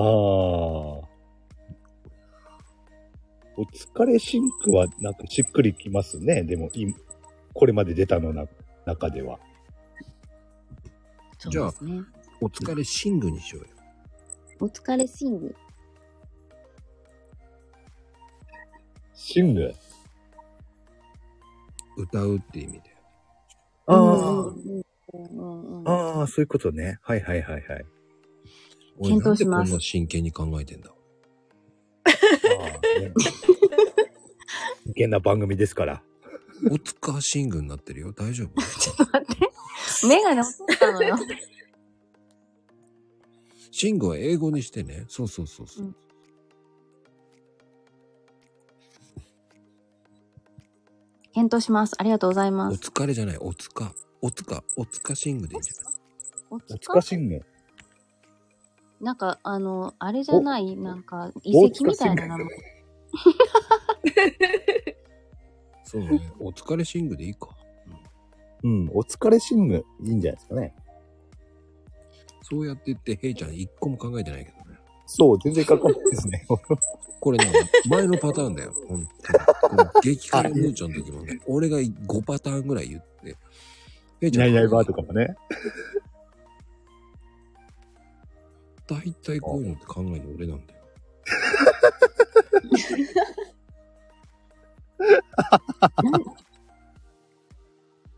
お疲れシンクはなんかしっくりきますね。でも、いこれまで出たのな中では。
そ
じゃあ
うですね。
お疲れシングにしようよ。
お疲れシング。
シング。
歌うって意味で。
あ
うんうんうん
ああ、そういうことね。はいはいはいはい。
俺
検討します
なんでこんな真剣に考えてんだ。
ああね危険な番組ですから。
お疲れシングになってるよ。大丈夫
メガネ落としたのよ。
シングは英語にしてね。そうそうそうそう。
うん検討します。ありがとうございま
お
す。
疲れじゃない。おつか。おつか。おつかシングでいいんじゃない
お
お疲れシング。
なんか、あの、あれじゃない、なんか、遺
お
跡みたいな名前。
そうね。お疲れシングでいいか。
うん、お疲れ新聞、いいんじゃないですかね。
そうやって言って、ヘイちゃん一個も考えてないけどね。
そう、全然かっこいいです ね。
こ れね、前のパターンだよ。本当に。この激辛ムーちゃんの時もね、俺が5パターンぐらい言って。ヘイちゃ
ナ
ん、
イナイ
だ
バーとかもね。
いたいこういうのって考えるの俺 なんだよ。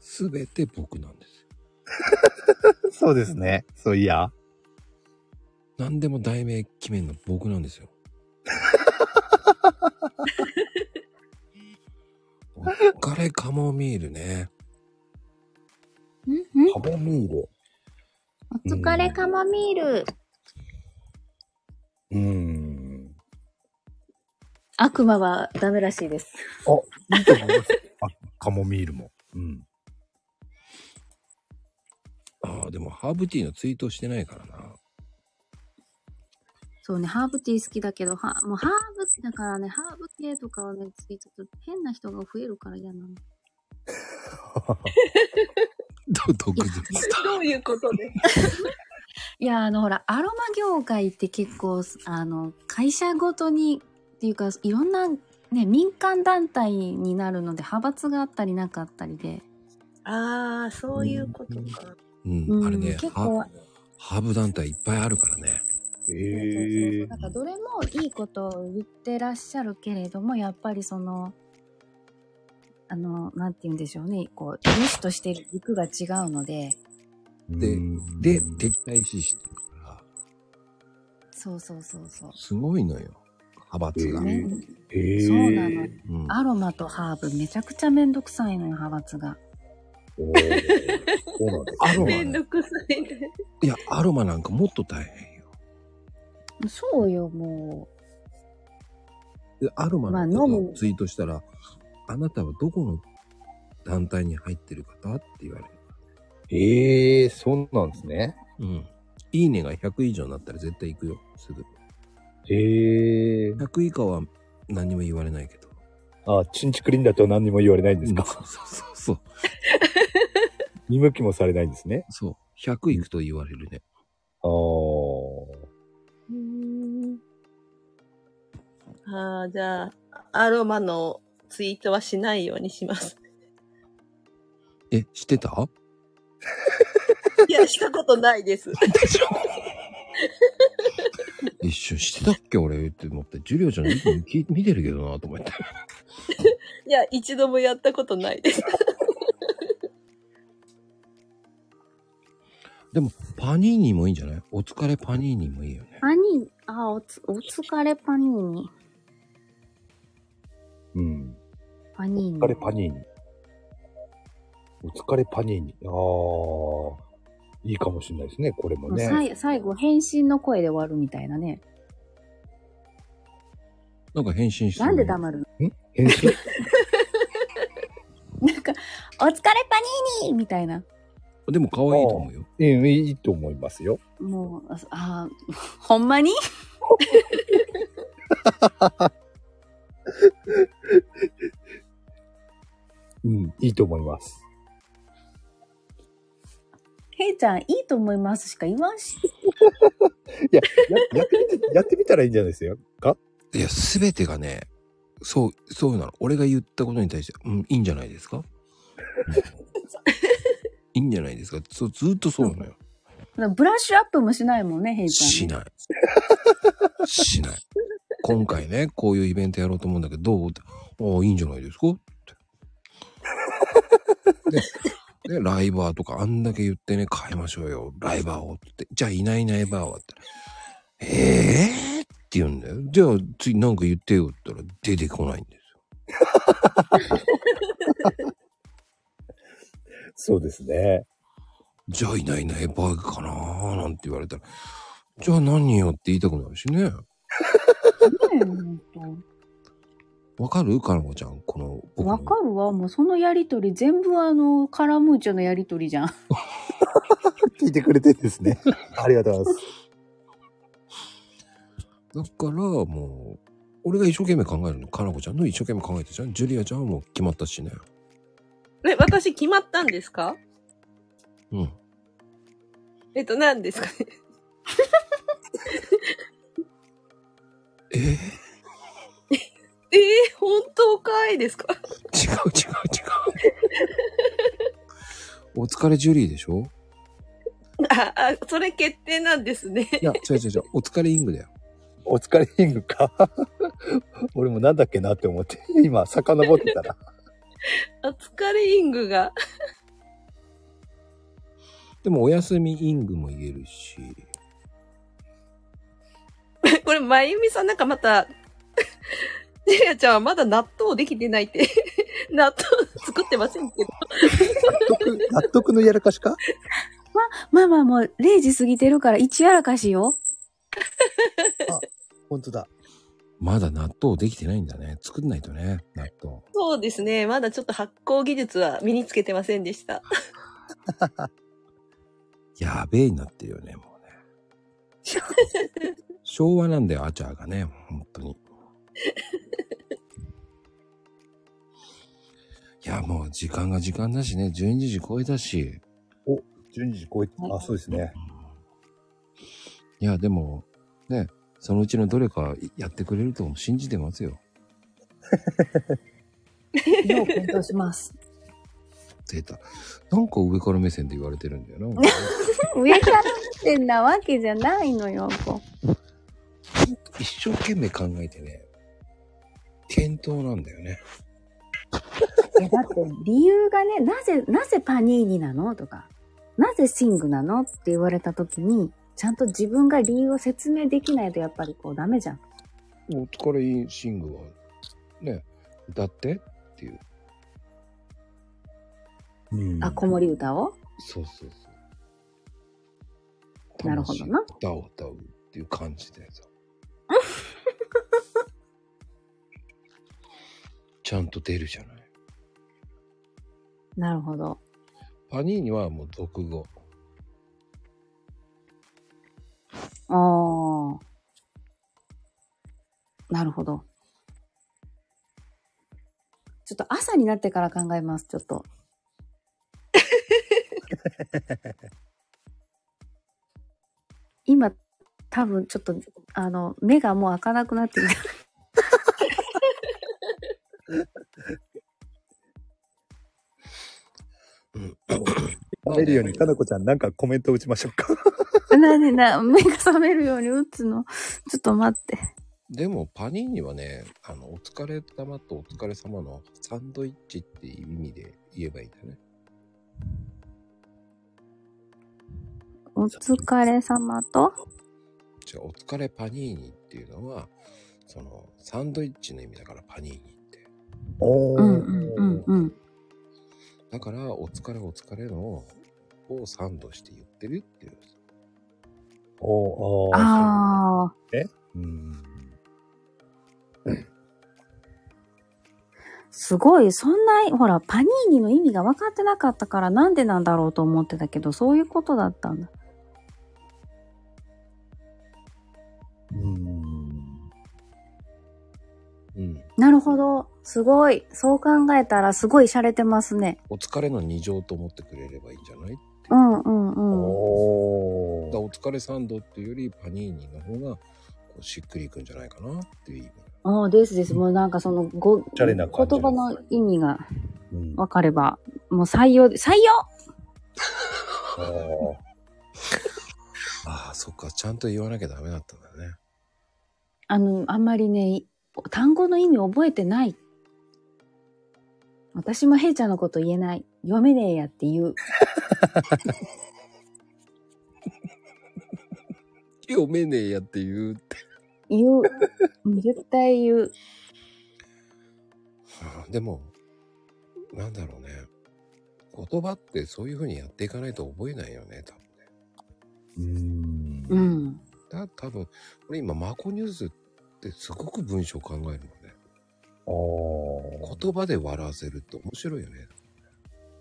すべて僕なんです。
そうですね。そういや。
何でも題名決めるの僕なん ですよ。お疲れカモミールね。
うんうん
カモミール。
お疲れカマミール。
うーん。
悪魔はダメらしいです。
いいと思い ます。あ、カモミールも。うん。
ああ、でもハーブティーのツイートしてないからな。
そうね、ハーブティー好きだけど、はもうハーブ、だからね、ハーブ系とかをね、ツイートすると変な人が増えるから嫌なの。
ど、毒舌。
どういうこと で
いや、あの、ほら、アロマ業界って結構、あの、会社ごとに、っていうか、いろんな、ね、民間団体になるので、派閥があったりなかったりで。
ああ、そういうことか。
う、
うんん
あれね、
結構
ハハーブ団体いっぱいあるからね。
ええ
なんか、どれもいいことを言ってらっしゃるけれども、やっぱりその、あの、なんて言うんでしょうね、こう、良しとしてる軸が違うので、
で、で、敵対視してるから、
そうそうそうそう。
すごいのよ。派閥が。
ね、
ええ
そうなの。
うん
アロマとハーブめちゃくちゃめんどくさいのよ、派閥が。
おーそうなんです
アロマ
めん
ね、
どくさいね。
いや、アロマなんかもっと大変よ。
そうよ、も
でアロマ
まあ
のこと
飲
を
む
ツイートしたら、あなたはどこの団体に入ってる方って言われる。
ええそうなんですね。
うん。いいねが100以上になったら絶対行くよ、すぐ。
ええ
100以下は何にも言われないけど。
あ、チンチクリンだと何にも言われないんです
うん
か。
そうそうそうそう。
見向きもされないんですね。
そう。100行くと言われるね。
ああ。
ああ、じゃあ、アロマのツイートはしないようにします。
え、知ってた
いや、したことないです。
一瞬してたっけ俺って思って、ジュリオちゃんの意見聞い見てるけどなと思って。
いや、一度もやったことないです。
でも、パニーニもいいんじゃないお疲れパニーニもいいよね
う、。パニー、あ、おつ、お疲れパニーニ。
うん。
パニーニ。
お疲れパニーニ。お疲れパニーニ。ああ。いいかもしれないですね、これも
もう
ね。
さい最後、返信の声で終わるみたいなね。
なんか返信して
なんで黙るの
編集
なんか、お疲れパニーニみたいな。
でも可愛いと思うよ。
うんいいと思いますよ。
もう、あ、あ ほんまに
うん、いいと思います。
ヘイちゃん、いいと思いますしか言わんし。
いや、ややってみて、やってみたらいいんじゃないですよか
いや、すべてがね、そう、そうなの。俺が言ったことに対して、うん、いいんじゃないですかいいんじゃないですかそう、ずっとそうなのよ。
ブラッシュアップもしないもんね、ヘイちゃん。
しない。しない。今回ね、こういうイベントやろうと思うんだけど、どうってああ、いいんじゃないですかって。で、でライバーとかあんだけ言ってね、変えましょうよ。ライバーをって。じゃあ、いないいないバーはって。ええー、って言うんだよ。じゃあ、次なんか言ってよって言ったら出てこないんですよ。
そうですね。
じゃあいないいないバーグかなーなんて言われたら、じゃあ何よって言いたくなるしね。
ねえほんと
わかるかなこちゃん、この僕の。
わかるわ。もうそのやりとり、全部あの、カラムーチョのやりとり じゃん。
聞いてくれてですね。ありがとうございます。
だからもう、俺が一生懸命考えるの、かなこちゃんの一生懸命考えてじゃん。ジュリアちゃんはもう決まったしね。
ね、私決まったんですか
うん。
えっと、何ですかね。
えー、違う違う違う
えー、本当かいですか
違う。お疲れジュリーでしょ
あ、あ、それ決定なんですね。
いや、違う違う違う。お疲れイングだよ。
お疲れイングか。俺もなんだっけなって思って、今、遡ってたら。
あ、疲れイングが。
でも、お休みイングも言えるし。
これ、まゆみさんなんかまた、 ジュリアちゃんはまだ納豆できてないって。 納豆作ってませんけど。
納得、納得のやらかしか
ママもう0時過ぎてるから一やらかしよ。
本当だ。
まだ納豆できてないんだね。作んないとね、納豆。
そうですね。まだちょっと発酵技術は身につけてませんでした。
やべえになってるよね、もうね。昭和なんだよ、アチャーがね、本当に。いや、もう時間が時間だしね、12時超えたし。
12時超えて、あ、そうですね。
いや、でも、ね、そのうちのどれかやってくれると信じてますよ。
要検討します。
出た。なんか上から目線で言われてるんだよな。
上からってなわけじゃないのよ、こ
一生懸命考えてね、検討なんだよね。
う。いや、だって理由がね、なぜ、なぜパニーニなのとか、なぜシングなのって言われた時に、ちゃんと自分が理由を説明できないとやっぱりこうダメじゃん。
お疲れシングは、ね、歌ってっていう。
うん。
あ、子守歌を
そうそうそう。
なるほどな
楽しい歌を歌うっていう感じ でさ。ちゃんと出るじゃない。
なるほど。
パニーニはもう俗語。
ああ。なるほど。ちょっと朝になってから考えます、ちょっと。今、多分ちょっと、あの、目がもう開かなくなってる。
うん。
食べるように、かなこちゃん、なんかコメント打ちましょうか。
なにな、目が覚めるように打つの。ちょっと待って。
でも、パニーニはね、あの、お疲れ様とお疲れ様のサンドイッチっていう意味で言えばいいんだよね。
お疲れ様と。
違う、お疲れパニーニっていうのは、その、サンドイッチの意味だからパニーニって。
おー。
うんうんうんうん。
だから、お疲れお疲れのをサンドして言ってるっていう。
おー、あ
ああ。
ー。うん。
すごい、そんな、ほら、パニーニの意味が分かってなかったから、なんでなんだろうと思ってたけど、そういうことだったんだ。
うん。
うん。
なるほど。すごい。そう考えたら、すごい洒落てますね。
お疲れの二乗と思ってくれればいいんじゃないだか
うんうんうん。
お
ら
ー。
お疲れサンドっていうよりパニーニの方が、こう、しっくりいくんじゃないかなっていう意味。
ああ、ですです。もうなんかその、ご、
シャレ
言
な感じ
葉の意味が
うん
分かれば、もう採用、採用
おー
ああ、そっか、ちゃんと言わなきゃダメだったんだね。
あの、あんまりね、単語の意味覚えてない。私もヘイちゃんのこと言えない。読めねえやって言う。
読めねえやって言うって。
言う。絶対言う。
あ あでも、なんだろうね。言葉ってそういう風にやっていかないと覚えないよね、多分ね。
うん。
うん。
だ多分、これ今、マコニュースってすごく文章考えるのね。
おー。
言葉で笑わせるって面白いよね。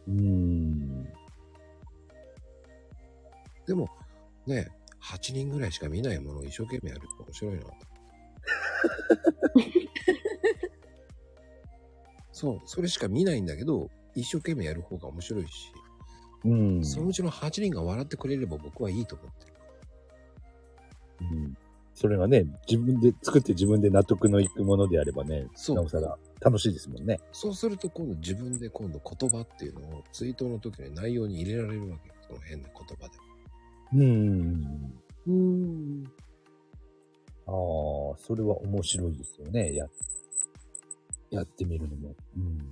うん。
でも、ね、8人ぐらいしか見ないものを一生懸命やるって面白いなと。 そう、それしか見ないんだけど、一生懸命やる方が面白いし、
うん。
そのうちの8人が笑ってくれれば僕はいいと思ってる。
うんそれがね、自分で作って自分で納得のいくものであればね、
そう
なおさら楽しいですもんね。
そうすると今度自分で今度言葉っていうのをツイートの時の内容に入れられるわけ。その変な言葉で。
うん。
うん。
ああ、それは面白いですよね。や、やってみるのも。うん。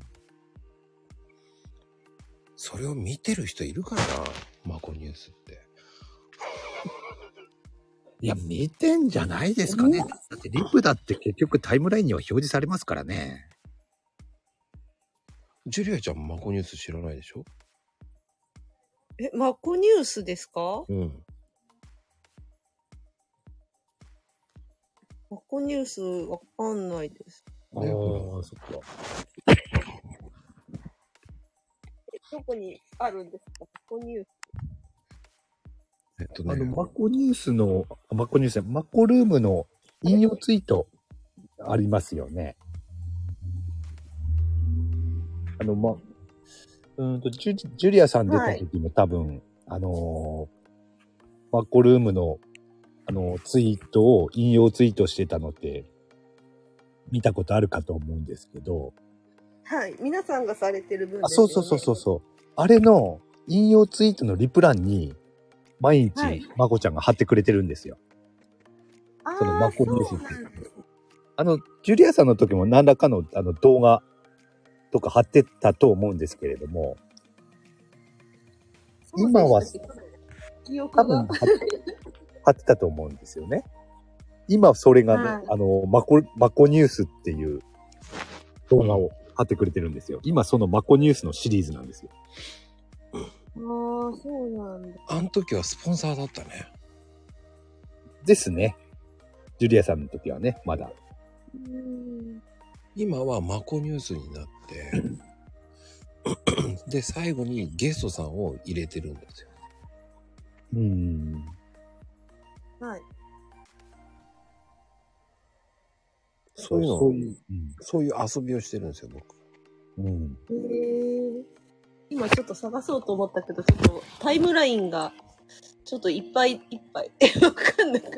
それを見てる人いるかなマコニュースって。
いや、見てんじゃないですかね。だってリップだって結局タイムラインには表示されますからね。
ジュリアちゃんマコニュース知らないでしょ
え、マコニュースですか
うん。
マコニュースわかんないです。
ああ、
ね
そっか。
どこにあるんですかマコニュース。
えっと
あ
ね
の、、マコニュースの、あマコニュースじゃない、マコルームの引用ツイートありますよね。あの、ま、うーんと、ジュジュリアさん出た時も多分、あのーマコルームの、あのーツイートを引用ツイートしてたのって、見たことあるかと思うんですけど、
はい。皆さんがされてる分
あ
です
そ
よ
う
ね
そうそうそうそう。あれの引用ツイートのリプランに、毎日、
はい
まこちゃんが貼ってくれてるんですよ。
あー
そのマコニュース
そ
っ
う
て
なんです
あの、ジュリアさんの時も何らかのあの動画とか貼ってたと思うんですけれども、今は
記憶
多
が
分貼っ貼ってたと思うんですよね。今それがね、
はい
あの、マコ、マコニュースっていう動画を貼ってくれてるんですよ。今そのマコニュースのシリーズなんですよ。
あーそうなんだ。
あの時はスポンサーだったね。
ですね。ジュリアさんの時はね、まだ。
うん
今はマコニュースにな って、で、最後にゲストさんを入れてるんですよ。
うん。
はい。
そういうの
そういう。
そういう遊びをしてるんですよ、僕。
うん。
えー、今ちょっと探そうと思ったけど、ちょっとタイムラインがちょっといっぱいいっぱい。 わかんなく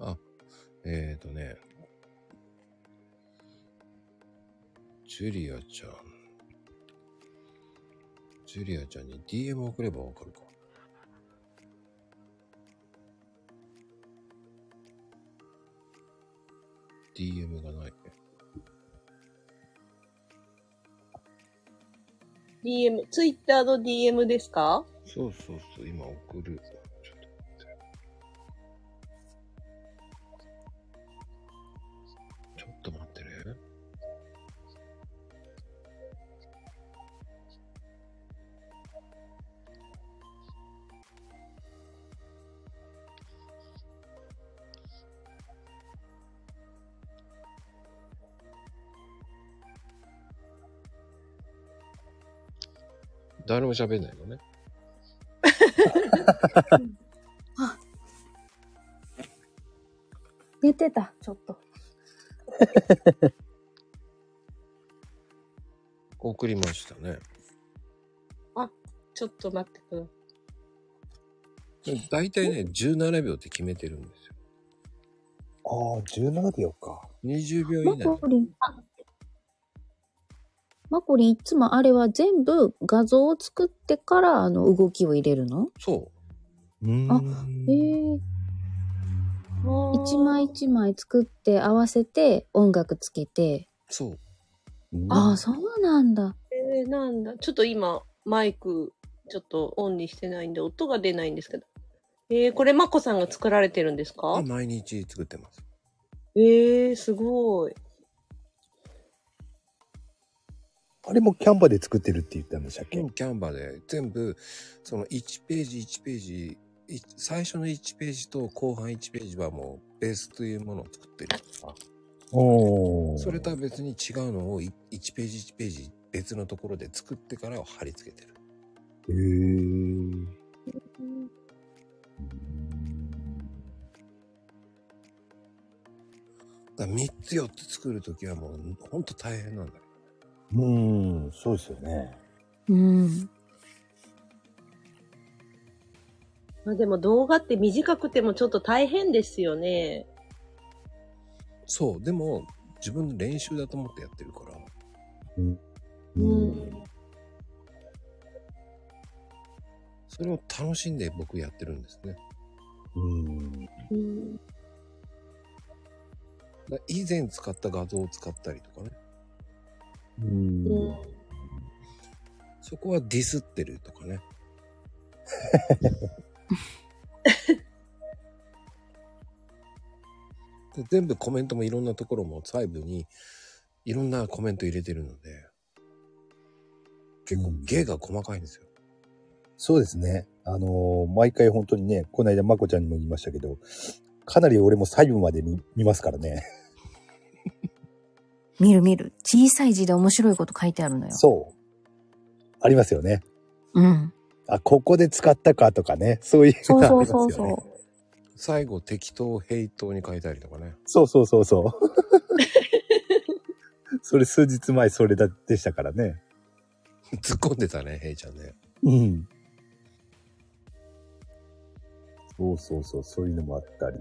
なった
えーとね、ジュリアちゃん。ジュリアちゃんに DM 送ればわかるか。DM がない。
DM、ツイッターの DM ですか
そうそうそう、今送る。ちょっと待って。ちょっと待ってね。誰も喋んないのね。
寝てた、ちょっと。
送りましたね。
ちょっと待ってください。
だいたいね、17秒って決めてるんですよ。
ああ、17秒か。
20秒
マ
以内。
コリン。マコリン、いつもあれは全部画像を作ってから、あの、動きを入れるの
そう
ーん
ええ一枚一枚作って合わせて音楽つけて。
う。そう。
ああ、そうなんだ。
えー、なんだ。ちょっと今、マイク、ちょっとオンにしてないんで、音が出ないんですけど。えー、これ、まこさんが作られてるんですか
毎日作ってます。
えー、すごい。
あれもキャンバで作ってるって言ったんでしたっけ、
キャンバーで全部、その1ページ1ページ、い最初の1ページと後半1ページはもうベースというものを作ってる。
おお。
それとは別に違うのを1ページ1ページ別のところで作ってからを貼り付けてる。
へー
だ3つ4つ作るときはもうほんと大変なんだ。
うーん、そうですよね。
うん。
まあでも動画って短くてもちょっと大変ですよね。
そう、でも、自分の練習だと思ってやってるから。
うん。
それを楽しんで僕やってるんですね。
うん。
うん。
だから以前使った画像を使ったりとかね。
うん。
そこはディスってるとかね。で全部コメントもいろんなところも細部にいろんなコメント入れてるので、結構芸が細かいんですよ。
そうですね。あのー毎回本当にね、この間まこちゃんにも言いましたけど、かなり俺も細部まで見見ますからね。
見る見る。小さい字で面白いこと書いてあるのよ。
そう。ありますよね。
うん。
あ、ここで使ったかとかね。そういう
そう
の
そう
あり
そう
ますよね
そ
最後適当、平等に変えたりとかね。
そうそうそうそう。 それ数日前それだでしたからね。
突っ込んでたね、平ちゃんね。
うん。そうそうそう、そういうのもあったり。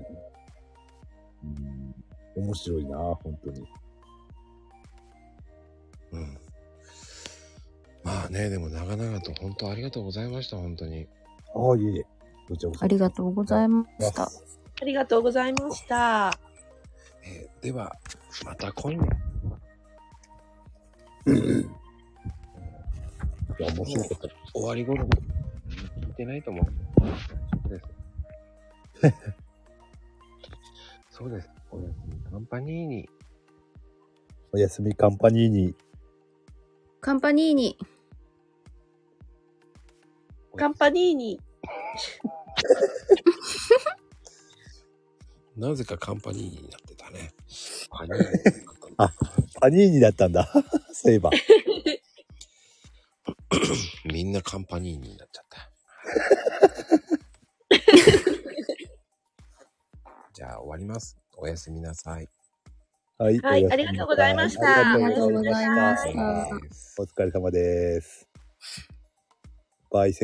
うん。面白いな、本当に。
うん。まあね、でも長々と本当ありがとうございました、本当に。
ああ、いえいえ。こちらこ
う。ありがとうございました。
ありがとうございました。
えーでは、また今夜。
とう。面白かった。
終わり頃に聞いてないと 思う。そうです。そうです。おやすみカンパニーに。
おやすみカンパニーに。
カンパニーに。
カンパニーニ。
なぜかカンパニーになってたね。
あパニーにだったんだ。 そういえば。
みんなカンパニーになっちゃった。じゃあ終わります。おやすみなさい。
はい。
はい
おやすみなさ
ありがとうございました
あ
あ
りが
り
と
がと
う
う
ご
ご
ざい
ざい
ま
ま
し。
したた。
お疲れ様です。バイセ